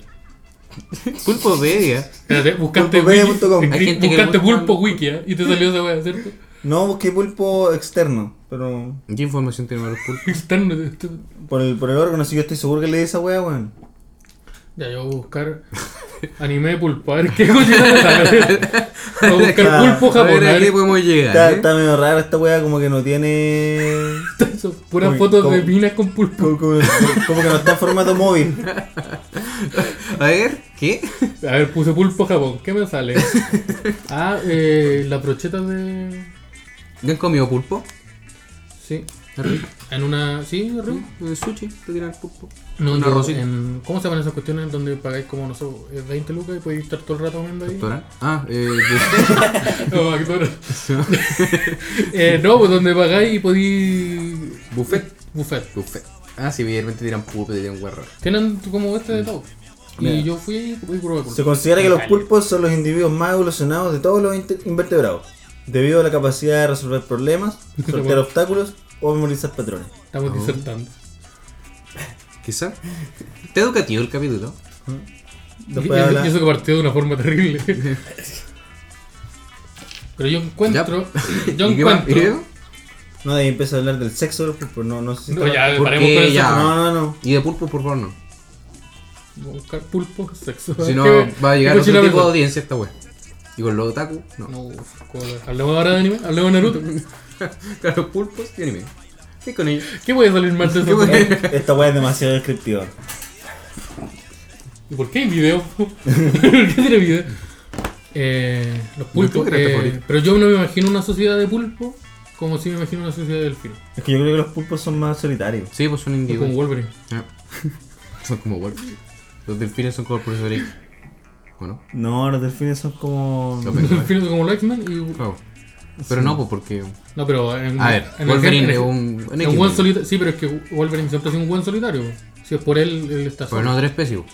Speaker 1: Pulpopedia.
Speaker 2: Espérate, buscaste,
Speaker 3: Pulpopedia.com.
Speaker 2: wiki,
Speaker 3: Hay
Speaker 2: escri-
Speaker 1: gente que le
Speaker 2: buscaste
Speaker 1: gusta-
Speaker 2: pulpo wiki ¿eh? y te salió esa wea, ¿cierto?
Speaker 3: No, busqué pulpo externo, pero
Speaker 1: ¿Qué información tenemos los pulpos?
Speaker 2: Externo, te- te-
Speaker 3: por el, por el órgano, si yo estoy seguro que leí esa wea, weón.
Speaker 2: Ya, yo voy a buscar anime de pulpo, a ver qué coño me sale. Voy a buscar pulpo
Speaker 1: A ver,
Speaker 2: japonés.
Speaker 1: ¿a qué podemos
Speaker 3: Está,
Speaker 1: llegar? eh?
Speaker 3: está medio rara esta wea, como que no tiene.
Speaker 2: Eso, Puras
Speaker 3: Uy,
Speaker 2: fotos
Speaker 3: ¿cómo?
Speaker 2: de minas con pulpo.
Speaker 3: Como, como- como que no está en formato móvil.
Speaker 1: A ver, ¿qué?
Speaker 2: A ver, puse pulpo Japón, ¿qué me sale? Ah, eh, la brocheta de.
Speaker 1: ¿Ya han comido pulpo?
Speaker 2: Sí,
Speaker 1: ¿Es rico?
Speaker 2: en una. Sí, es rico.
Speaker 1: ¿En el Eh, sushi? ¿Te tiran el pulpo?
Speaker 2: No,
Speaker 1: Un
Speaker 2: yo
Speaker 1: arrocito.
Speaker 2: en- ¿Cómo se llaman esas cuestiones donde pagáis como, no sé, eh, 20 lucas y podéis estar todo el rato comiendo ahí?
Speaker 1: ¿Doctora? Ah, eh...
Speaker 2: No, McDonald's. eh, no, pues donde pagáis y podéis.
Speaker 1: Buffet.
Speaker 2: Buffet.
Speaker 1: Buffet. Ah, sí, evidentemente tiran pulpo, te tiran guarra.
Speaker 2: Tienen como este de todo. Y
Speaker 3: Mm. Mira.
Speaker 2: yo fui y probé pulpo.
Speaker 3: Se considera que los pulpos son los individuos más evolucionados de todos los inte- invertebrados, debido a la capacidad de resolver problemas, sortear obstáculos o memorizar patrones.
Speaker 2: Estamos disertando.
Speaker 1: Quizá. Está educativo el capítulo.
Speaker 2: Y,
Speaker 3: Después
Speaker 2: y-
Speaker 3: habla-
Speaker 2: y eso que partió de una forma terrible. Pero yo encuentro. Yo
Speaker 1: ¿Y qué más? ¿Y qué
Speaker 2: encuentro.
Speaker 1: más?
Speaker 3: No, de ahí empieza a hablar del sexo de los pulpos, no, no sé si
Speaker 2: No,
Speaker 3: está-
Speaker 2: ya,
Speaker 1: ¿Por
Speaker 2: paremos
Speaker 1: qué?
Speaker 2: con eso.
Speaker 1: Ya.
Speaker 3: No, no, no.
Speaker 1: Y de pulpo, por favor, no.
Speaker 2: Voy a buscar pulpo, sexo.
Speaker 1: Si no,
Speaker 2: ¿Qué-
Speaker 1: va a
Speaker 2: qué
Speaker 1: llegar otro
Speaker 2: cochina
Speaker 1: tipo de
Speaker 2: pensó?
Speaker 1: audiencia esta wea. Y con los otaku, no.
Speaker 2: No, joder. hablemos ahora de anime, hablemos de Naruto.
Speaker 1: Claro, pulpos y anime. ¿Qué con ellos?
Speaker 2: ¿Qué puede salir mal de
Speaker 1: ¿Qué
Speaker 2: eso?
Speaker 1: puede-
Speaker 3: Esta weá es demasiado descriptiva.
Speaker 2: ¿Y por qué hay video? ¿Por qué tiene video? Eh, los
Speaker 1: ¿Tú
Speaker 2: pulpos.
Speaker 1: crees que este
Speaker 2: eh,
Speaker 1: morir?
Speaker 2: pero yo no me imagino una sociedad de pulpo como si me imagino una sociedad de delfín.
Speaker 3: Es que yo creo que los pulpos son más solitarios.
Speaker 1: Sí, pues son
Speaker 2: Como
Speaker 1: individuos.
Speaker 2: Wolverine.
Speaker 1: Ah. Son como Wolf. Los delfines son como el profesor X. Bueno,
Speaker 3: No, los delfines son como.
Speaker 1: Los
Speaker 2: Los
Speaker 1: Wolverine.
Speaker 2: delfines son como los X-Men y.
Speaker 1: claro. Pero no, pues porque.
Speaker 2: No, pero en.
Speaker 1: A ver,
Speaker 2: en el- en
Speaker 1: Wolverine
Speaker 2: el-
Speaker 1: es un.
Speaker 2: en
Speaker 1: X,
Speaker 2: un buen
Speaker 1: ¿no?
Speaker 2: solitario. Sí, pero es que Wolverine siempre ha sido un buen solitario. Si es por él, él está
Speaker 1: pues, Pero
Speaker 2: solo.
Speaker 1: no otra especie, po.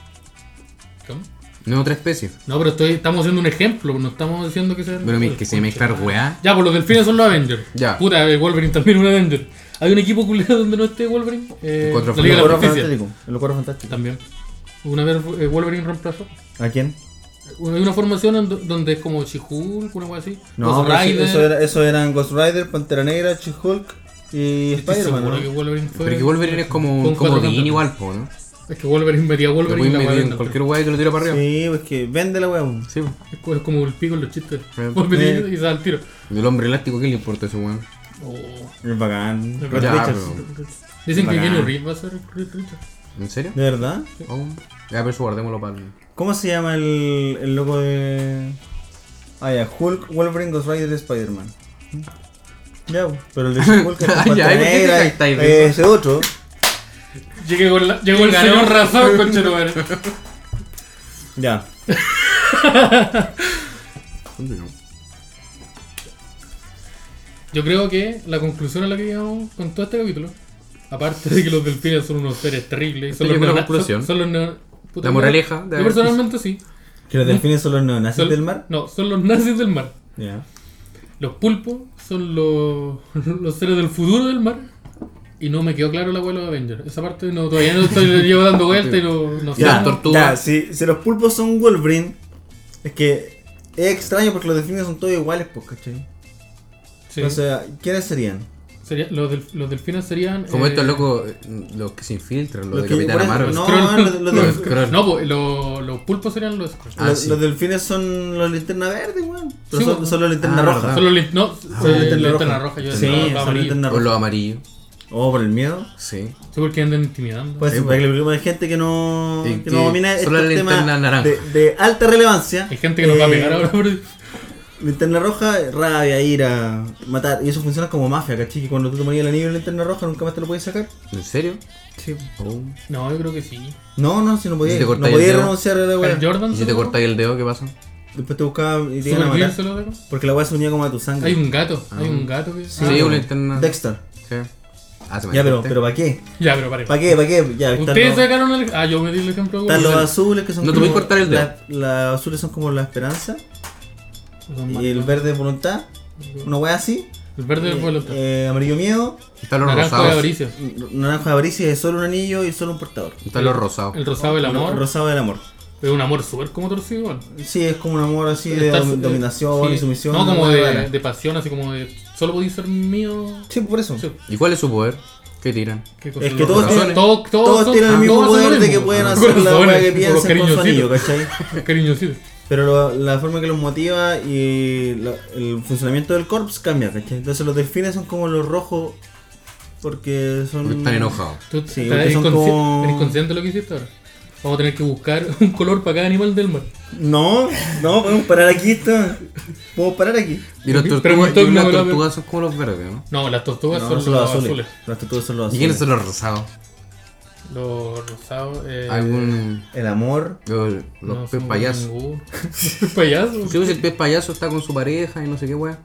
Speaker 2: ¿Cómo?
Speaker 1: No otra especie.
Speaker 2: No, pero estoy, estamos haciendo un ejemplo, no estamos diciendo que sea.
Speaker 1: Pero mira, que se mezclar weá.
Speaker 2: Ya, pues los delfines son los Avengers.
Speaker 1: Ya.
Speaker 2: Puta, el Wolverine también es un Avenger. Hay un equipo culiado donde no esté Wolverine. Eh,
Speaker 1: Cuatro
Speaker 2: la
Speaker 1: Fantásticos.
Speaker 2: Liga de la
Speaker 3: El cuadro
Speaker 2: Justicia.
Speaker 3: fantástico. El cuadro fantástico.
Speaker 2: También. Una vez eh, Wolverine reemplazó.
Speaker 3: ¿A quién?
Speaker 2: Hay una formación en do- donde es como She-Hulk, una cosa así.
Speaker 3: No,
Speaker 2: Ghost
Speaker 3: pero sí,
Speaker 2: Rider.
Speaker 3: eso, era, eso eran Ghost Rider, Pantera Negra, She-Hulk y
Speaker 2: Estoy
Speaker 3: Spider-Man.
Speaker 2: seguro
Speaker 3: ¿no?
Speaker 2: que Wolverine fue.
Speaker 1: Pero que Wolverine es como
Speaker 2: fue
Speaker 1: un
Speaker 2: cuatro
Speaker 1: comodín
Speaker 2: campeones.
Speaker 1: igual, po, ¿no?
Speaker 2: Es que Wolverine metía a
Speaker 1: Lo puedes
Speaker 2: Wolverine y la
Speaker 1: meter
Speaker 2: weá
Speaker 1: en cualquier weá que lo tira para arriba.
Speaker 3: Sí, pues que vende la weón.
Speaker 1: Sí, po.
Speaker 2: Es co- es como el pico en los chistes.
Speaker 1: Eh.
Speaker 2: Wolverine y se da el tiro.
Speaker 1: El hombre elástico, ¿qué le importa a ese weón?
Speaker 2: Oh.
Speaker 3: Es bacán.
Speaker 2: Ya,
Speaker 3: Los Richards.
Speaker 1: pero-
Speaker 2: Dicen que
Speaker 3: Bacán.
Speaker 2: Keanu Reeves va a ser Reed Richards.
Speaker 1: ¿En serio?
Speaker 3: ¿De verdad?
Speaker 1: Oh. Ya, pero eso guardémoslo para. el-
Speaker 3: ¿Cómo se llama el, el loco de. Ah, ya, Hulk, Wolverine, Ghost Rider, Spider-Man. Ya, pero el de Hulk es
Speaker 1: Ah, ya, ¿y
Speaker 3: Pantera
Speaker 1: por qué te
Speaker 3: Negra,
Speaker 1: jactáis de
Speaker 3: eh, ese otro.
Speaker 2: Llegué con la- Llegó el
Speaker 1: Ganó.
Speaker 2: señor razón, conchetumare.
Speaker 3: Ya.
Speaker 1: ¿Dónde no?
Speaker 2: Yo creo que la conclusión a la que llegamos con todo este capítulo, aparte de que los delfines son unos seres terribles, y son
Speaker 1: Yo
Speaker 2: los
Speaker 1: creo la
Speaker 2: neona-
Speaker 1: conclusión.
Speaker 2: son- son los neo- puta
Speaker 1: La
Speaker 2: madre.
Speaker 1: moraleja de-
Speaker 2: Yo personalmente sí.
Speaker 3: Que los delfines son los neonazis
Speaker 2: Son-
Speaker 3: del mar.
Speaker 2: No, son los nazis del mar.
Speaker 3: Ya.
Speaker 2: Los pulpos son los, los seres del futuro del mar. Y no me quedó claro el abuelo de Avenger. Esa parte no, todavía no estoy llevo dando vueltas y no, no sé.
Speaker 1: Ya,
Speaker 3: Ya,
Speaker 2: No,
Speaker 1: tortuga.
Speaker 3: ya, si, si los pulpos son Wolverine, es que es extraño porque los delfines son todos iguales, pues, ¿cachai?
Speaker 2: sí.
Speaker 3: O sea, ¿quiénes serían?
Speaker 2: Sería- los, del- los delfines serían.
Speaker 1: Como
Speaker 2: eh,
Speaker 1: estos locos, eh, los que se infiltran, los,
Speaker 3: Los
Speaker 1: de
Speaker 3: que-
Speaker 1: Capitana
Speaker 3: por eso,
Speaker 1: Marvel.
Speaker 3: no,
Speaker 2: Skrull.
Speaker 3: ah, los, los
Speaker 1: Los
Speaker 3: delf-
Speaker 1: Skrull.
Speaker 2: No, pues lo- los pulpos serían los.
Speaker 1: Ah,
Speaker 3: los-
Speaker 1: sí.
Speaker 3: los delfines son los linterna verde, weón. Pero
Speaker 2: Sí,
Speaker 3: son,
Speaker 2: bueno.
Speaker 3: son los linterna
Speaker 1: Ah,
Speaker 3: roja.
Speaker 1: verdad.
Speaker 2: Son los lin- no,
Speaker 3: Son los
Speaker 2: eh,
Speaker 3: linterna
Speaker 2: linterna roja. yo
Speaker 3: sí,
Speaker 2: decía, los
Speaker 3: son los
Speaker 2: amarillos.
Speaker 3: linterna
Speaker 1: O
Speaker 3: roja.
Speaker 1: los amarillos,
Speaker 3: Oh, por el miedo.
Speaker 1: sí.
Speaker 2: Sí, porque andan intimidando.
Speaker 3: Pues
Speaker 1: Sí,
Speaker 3: para que le preocupe a gente que no,
Speaker 1: Y
Speaker 3: que
Speaker 1: que
Speaker 3: no domina
Speaker 1: solo
Speaker 3: estos
Speaker 1: la linterna
Speaker 3: temas
Speaker 1: naranja.
Speaker 3: de, de alta relevancia.
Speaker 2: Hay gente que nos va a
Speaker 3: Eh,
Speaker 2: pegar ahora, pero.
Speaker 3: Linterna roja, rabia, ira, matar. Y eso funciona como mafia, ¿cachai? Que cuando tú te ponías el anillo de linterna roja nunca más te lo podías sacar.
Speaker 1: ¿En serio?
Speaker 3: Sí.
Speaker 1: Oh.
Speaker 2: No, yo creo que sí.
Speaker 3: No, no, si no
Speaker 1: ¿Y
Speaker 3: podías.
Speaker 1: si te
Speaker 3: No
Speaker 1: cortáis el
Speaker 3: podías
Speaker 1: dedo?
Speaker 3: renunciar a la
Speaker 2: Hal
Speaker 3: weá.
Speaker 2: Jordan.
Speaker 1: ¿Y si te
Speaker 2: ¿no?
Speaker 1: cortáis el dedo, qué pasa?
Speaker 3: Después te buscaban y te iban a
Speaker 2: Supergirl se
Speaker 3: matar.
Speaker 2: lo dejo.
Speaker 3: Porque la weá se unía como a tu
Speaker 2: Hay
Speaker 3: sangre.
Speaker 2: un gato, hay un gato que.
Speaker 1: Sí,
Speaker 2: Ah,
Speaker 1: una linterna.
Speaker 3: Dexter.
Speaker 1: Sí. Ah, se me
Speaker 3: Ya, pero,
Speaker 1: dijiste.
Speaker 3: pero ¿para qué?
Speaker 2: Ya, pero pare.
Speaker 3: ¿Para qué? ¿Para qué? Ya, están
Speaker 2: Ustedes
Speaker 3: los-
Speaker 2: sacaron el. Ah, yo me di el ejemplo de
Speaker 3: están los
Speaker 2: Wolverine.
Speaker 3: azules que son
Speaker 1: No te
Speaker 3: como-
Speaker 1: voy a cortar el dedo.
Speaker 3: la- Las azules son como la esperanza.
Speaker 2: Son
Speaker 3: Y
Speaker 2: más-
Speaker 3: el verde es voluntad. Una weá así.
Speaker 2: El verde del pueblo.
Speaker 3: Eh, amarillo miedo.
Speaker 1: Están los
Speaker 2: Naranjo de
Speaker 1: rosados.
Speaker 2: avaricia.
Speaker 3: Naranja de avaricia es solo un anillo y solo un portador.
Speaker 1: Están los rosados.
Speaker 2: El rosado del amor.
Speaker 3: Rosado del amor.
Speaker 2: Pero un amor súper como torcido igual.
Speaker 3: Sí, es como un amor así de
Speaker 2: Estar-
Speaker 3: dom-
Speaker 2: eh,
Speaker 3: dominación
Speaker 2: sí.
Speaker 3: y sumisión.
Speaker 2: No, como
Speaker 3: una
Speaker 2: de,
Speaker 3: rara.
Speaker 2: de pasión, así como de. Solo podéis ser mío.
Speaker 3: Sí, por eso.
Speaker 2: Sí.
Speaker 1: ¿Y cuál es su poder? ¿Qué tiran?
Speaker 2: ¿Qué cosa?
Speaker 3: Es que todos
Speaker 1: corazones.
Speaker 3: tienen,
Speaker 2: Todos-
Speaker 3: todos,
Speaker 2: todos son-
Speaker 3: tienen el
Speaker 2: ah,
Speaker 3: mismo
Speaker 2: todos son
Speaker 3: poder
Speaker 2: lo
Speaker 3: de que
Speaker 2: mismo.
Speaker 3: pueden
Speaker 2: Ah,
Speaker 3: hacer la
Speaker 2: corazones,
Speaker 3: weá que
Speaker 2: tipo los
Speaker 3: piensen con su anillo,
Speaker 2: cariñositos.
Speaker 3: ¿cachai?
Speaker 2: Cariñosito.
Speaker 3: Pero lo- la forma que los motiva y la- el funcionamiento del corps cambia, ¿cachai? Entonces los delfines son como los rojos porque
Speaker 2: Mm.
Speaker 3: son...
Speaker 1: Porque están enojados.
Speaker 2: ¿Tú
Speaker 3: Sí,
Speaker 2: estás-
Speaker 3: porque
Speaker 2: eres,
Speaker 3: son
Speaker 2: consci-
Speaker 3: como-
Speaker 2: eres consciente de lo que hiciste ahora? Vamos a tener que buscar un color para cada animal del mar.
Speaker 3: No, no, podemos parar aquí. Está. Podemos parar aquí.
Speaker 1: Y las
Speaker 2: Ok,
Speaker 1: tortugas,
Speaker 2: pero
Speaker 1: yo creo que
Speaker 2: no
Speaker 1: las
Speaker 2: me lo-
Speaker 1: tortugas son como los verdes, ¿no?
Speaker 2: No, las tortugas
Speaker 3: No,
Speaker 2: son los, azules.
Speaker 3: Las tortugas son los azules.
Speaker 1: ¿Y quiénes son los rosados?
Speaker 2: Los rosados. Eh,
Speaker 1: ¿Algún.
Speaker 3: El amor.
Speaker 1: Los, los
Speaker 2: no,
Speaker 1: pez
Speaker 2: son
Speaker 1: payasos?
Speaker 2: ninguno. Pez payasos.
Speaker 1: Sí, pues el pez payaso está con su pareja y no sé qué weá.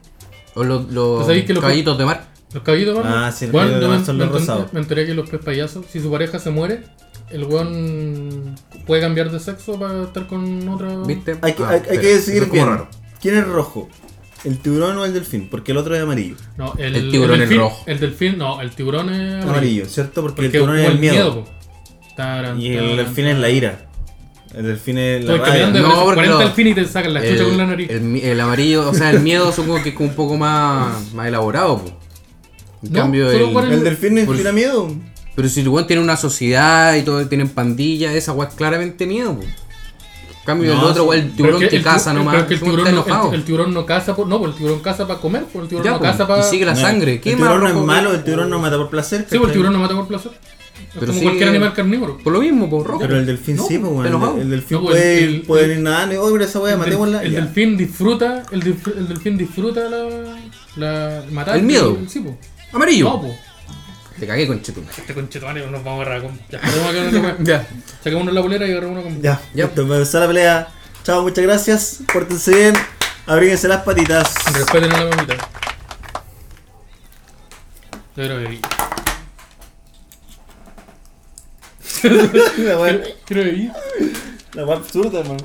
Speaker 1: O los,
Speaker 2: ¿Tú
Speaker 1: los
Speaker 2: sabes que los-
Speaker 1: caballitos de mar.
Speaker 2: Los caballitos de mar, ¿no?
Speaker 3: Ah, sí, los
Speaker 2: Bueno, yo
Speaker 3: caballos de
Speaker 2: me,
Speaker 3: mar son
Speaker 2: me
Speaker 3: los
Speaker 2: enteré-
Speaker 3: rosados.
Speaker 2: me enteré que los pez payasos, si su pareja se muere, el weón puede cambiar de sexo para estar con otra.
Speaker 1: ¿Viste?
Speaker 3: Hay que,
Speaker 1: Ah,
Speaker 3: hay, hay
Speaker 1: espera,
Speaker 3: que
Speaker 1: eso
Speaker 3: decidir
Speaker 1: es como
Speaker 3: bien.
Speaker 1: raro.
Speaker 3: ¿Quién es rojo? ¿El tiburón o el delfín? Porque el otro es amarillo.
Speaker 2: No, el,
Speaker 1: El tiburón es
Speaker 2: delfín,
Speaker 1: rojo.
Speaker 2: El delfín, no, el tiburón es
Speaker 3: Amarillo,
Speaker 2: amarillo.
Speaker 3: ¿cierto? Porque,
Speaker 2: Porque
Speaker 3: el tiburón
Speaker 2: como
Speaker 3: es el miedo.
Speaker 2: po. Taran,
Speaker 3: Y el
Speaker 2: taran.
Speaker 3: delfín es la ira. El delfín es la
Speaker 2: Estoy caminando
Speaker 3: rabia.
Speaker 2: de
Speaker 1: No, porque
Speaker 2: 40
Speaker 1: no.
Speaker 2: delfines y te sacan la chucha con la nariz.
Speaker 1: el mi- el amarillo, o sea, el miedo supongo que es como un poco más, más elaborado. po. En
Speaker 2: No,
Speaker 1: cambio,
Speaker 2: solo
Speaker 1: el-
Speaker 2: por
Speaker 3: ¿El delfín
Speaker 1: Por-
Speaker 3: inspira miedo?
Speaker 1: pero si el weón tiene una sociedad y todo, tienen pandillas, esa weá es claramente miedo. po. En cambio,
Speaker 3: No,
Speaker 1: el otro
Speaker 3: sí.
Speaker 1: weá, el tiburón
Speaker 2: Pero
Speaker 1: que
Speaker 2: el tibu-
Speaker 1: caza nomás.
Speaker 2: pero que el,
Speaker 1: ese weón
Speaker 2: tiburón
Speaker 1: está
Speaker 2: no,
Speaker 1: enojado.
Speaker 2: el, el tiburón no caza por. No, pues el tiburón caza para comer, pues el tiburón
Speaker 1: Ya,
Speaker 2: no
Speaker 1: po,
Speaker 2: caza para.
Speaker 1: Y sigue la
Speaker 3: No,
Speaker 1: sangre. ¿Qué
Speaker 3: El
Speaker 1: más
Speaker 3: tiburón no es
Speaker 1: rojo,
Speaker 3: malo,
Speaker 1: weón?
Speaker 3: el tiburón no mata por placer.
Speaker 2: Sí, pues el
Speaker 3: ¿cachai?
Speaker 2: tiburón no mata por placer. Es
Speaker 1: Pero
Speaker 2: como
Speaker 1: sí,
Speaker 2: cualquier
Speaker 1: eh,
Speaker 2: animal carnívoro.
Speaker 1: Por lo mismo, por rojo.
Speaker 3: Pero el delfín
Speaker 1: No,
Speaker 3: sí, pues, bueno,
Speaker 1: enojado.
Speaker 3: El, el delfín
Speaker 2: No, pues,
Speaker 3: puede,
Speaker 2: el-
Speaker 3: puede
Speaker 2: el-
Speaker 3: ir nadando. y, Oh, mira esa weá,
Speaker 2: El del-
Speaker 3: matémosla.
Speaker 2: El
Speaker 3: ya.
Speaker 2: delfín disfruta, el, delf- el delfín disfruta la, la matar.
Speaker 1: El miedo.
Speaker 2: Sí, po.
Speaker 1: Amarillo.
Speaker 2: No, po.
Speaker 1: Te cagué con chetum.
Speaker 2: Este conchetumare nos vamos a agarrar con. Ya, vamos a agarrar con la-
Speaker 1: Ya.
Speaker 2: Saquemos uno la bolera y agarramos uno con.
Speaker 3: Ya,
Speaker 1: Ya.
Speaker 3: ya. Listo, empezó la pelea. Chao, muchas gracias. Pórtense bien. Abríguense las patitas.
Speaker 2: Respeten a la mamita. Yo creo que.
Speaker 3: la weá
Speaker 2: Creo que.
Speaker 3: la weá absurda, man.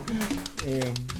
Speaker 3: Eh...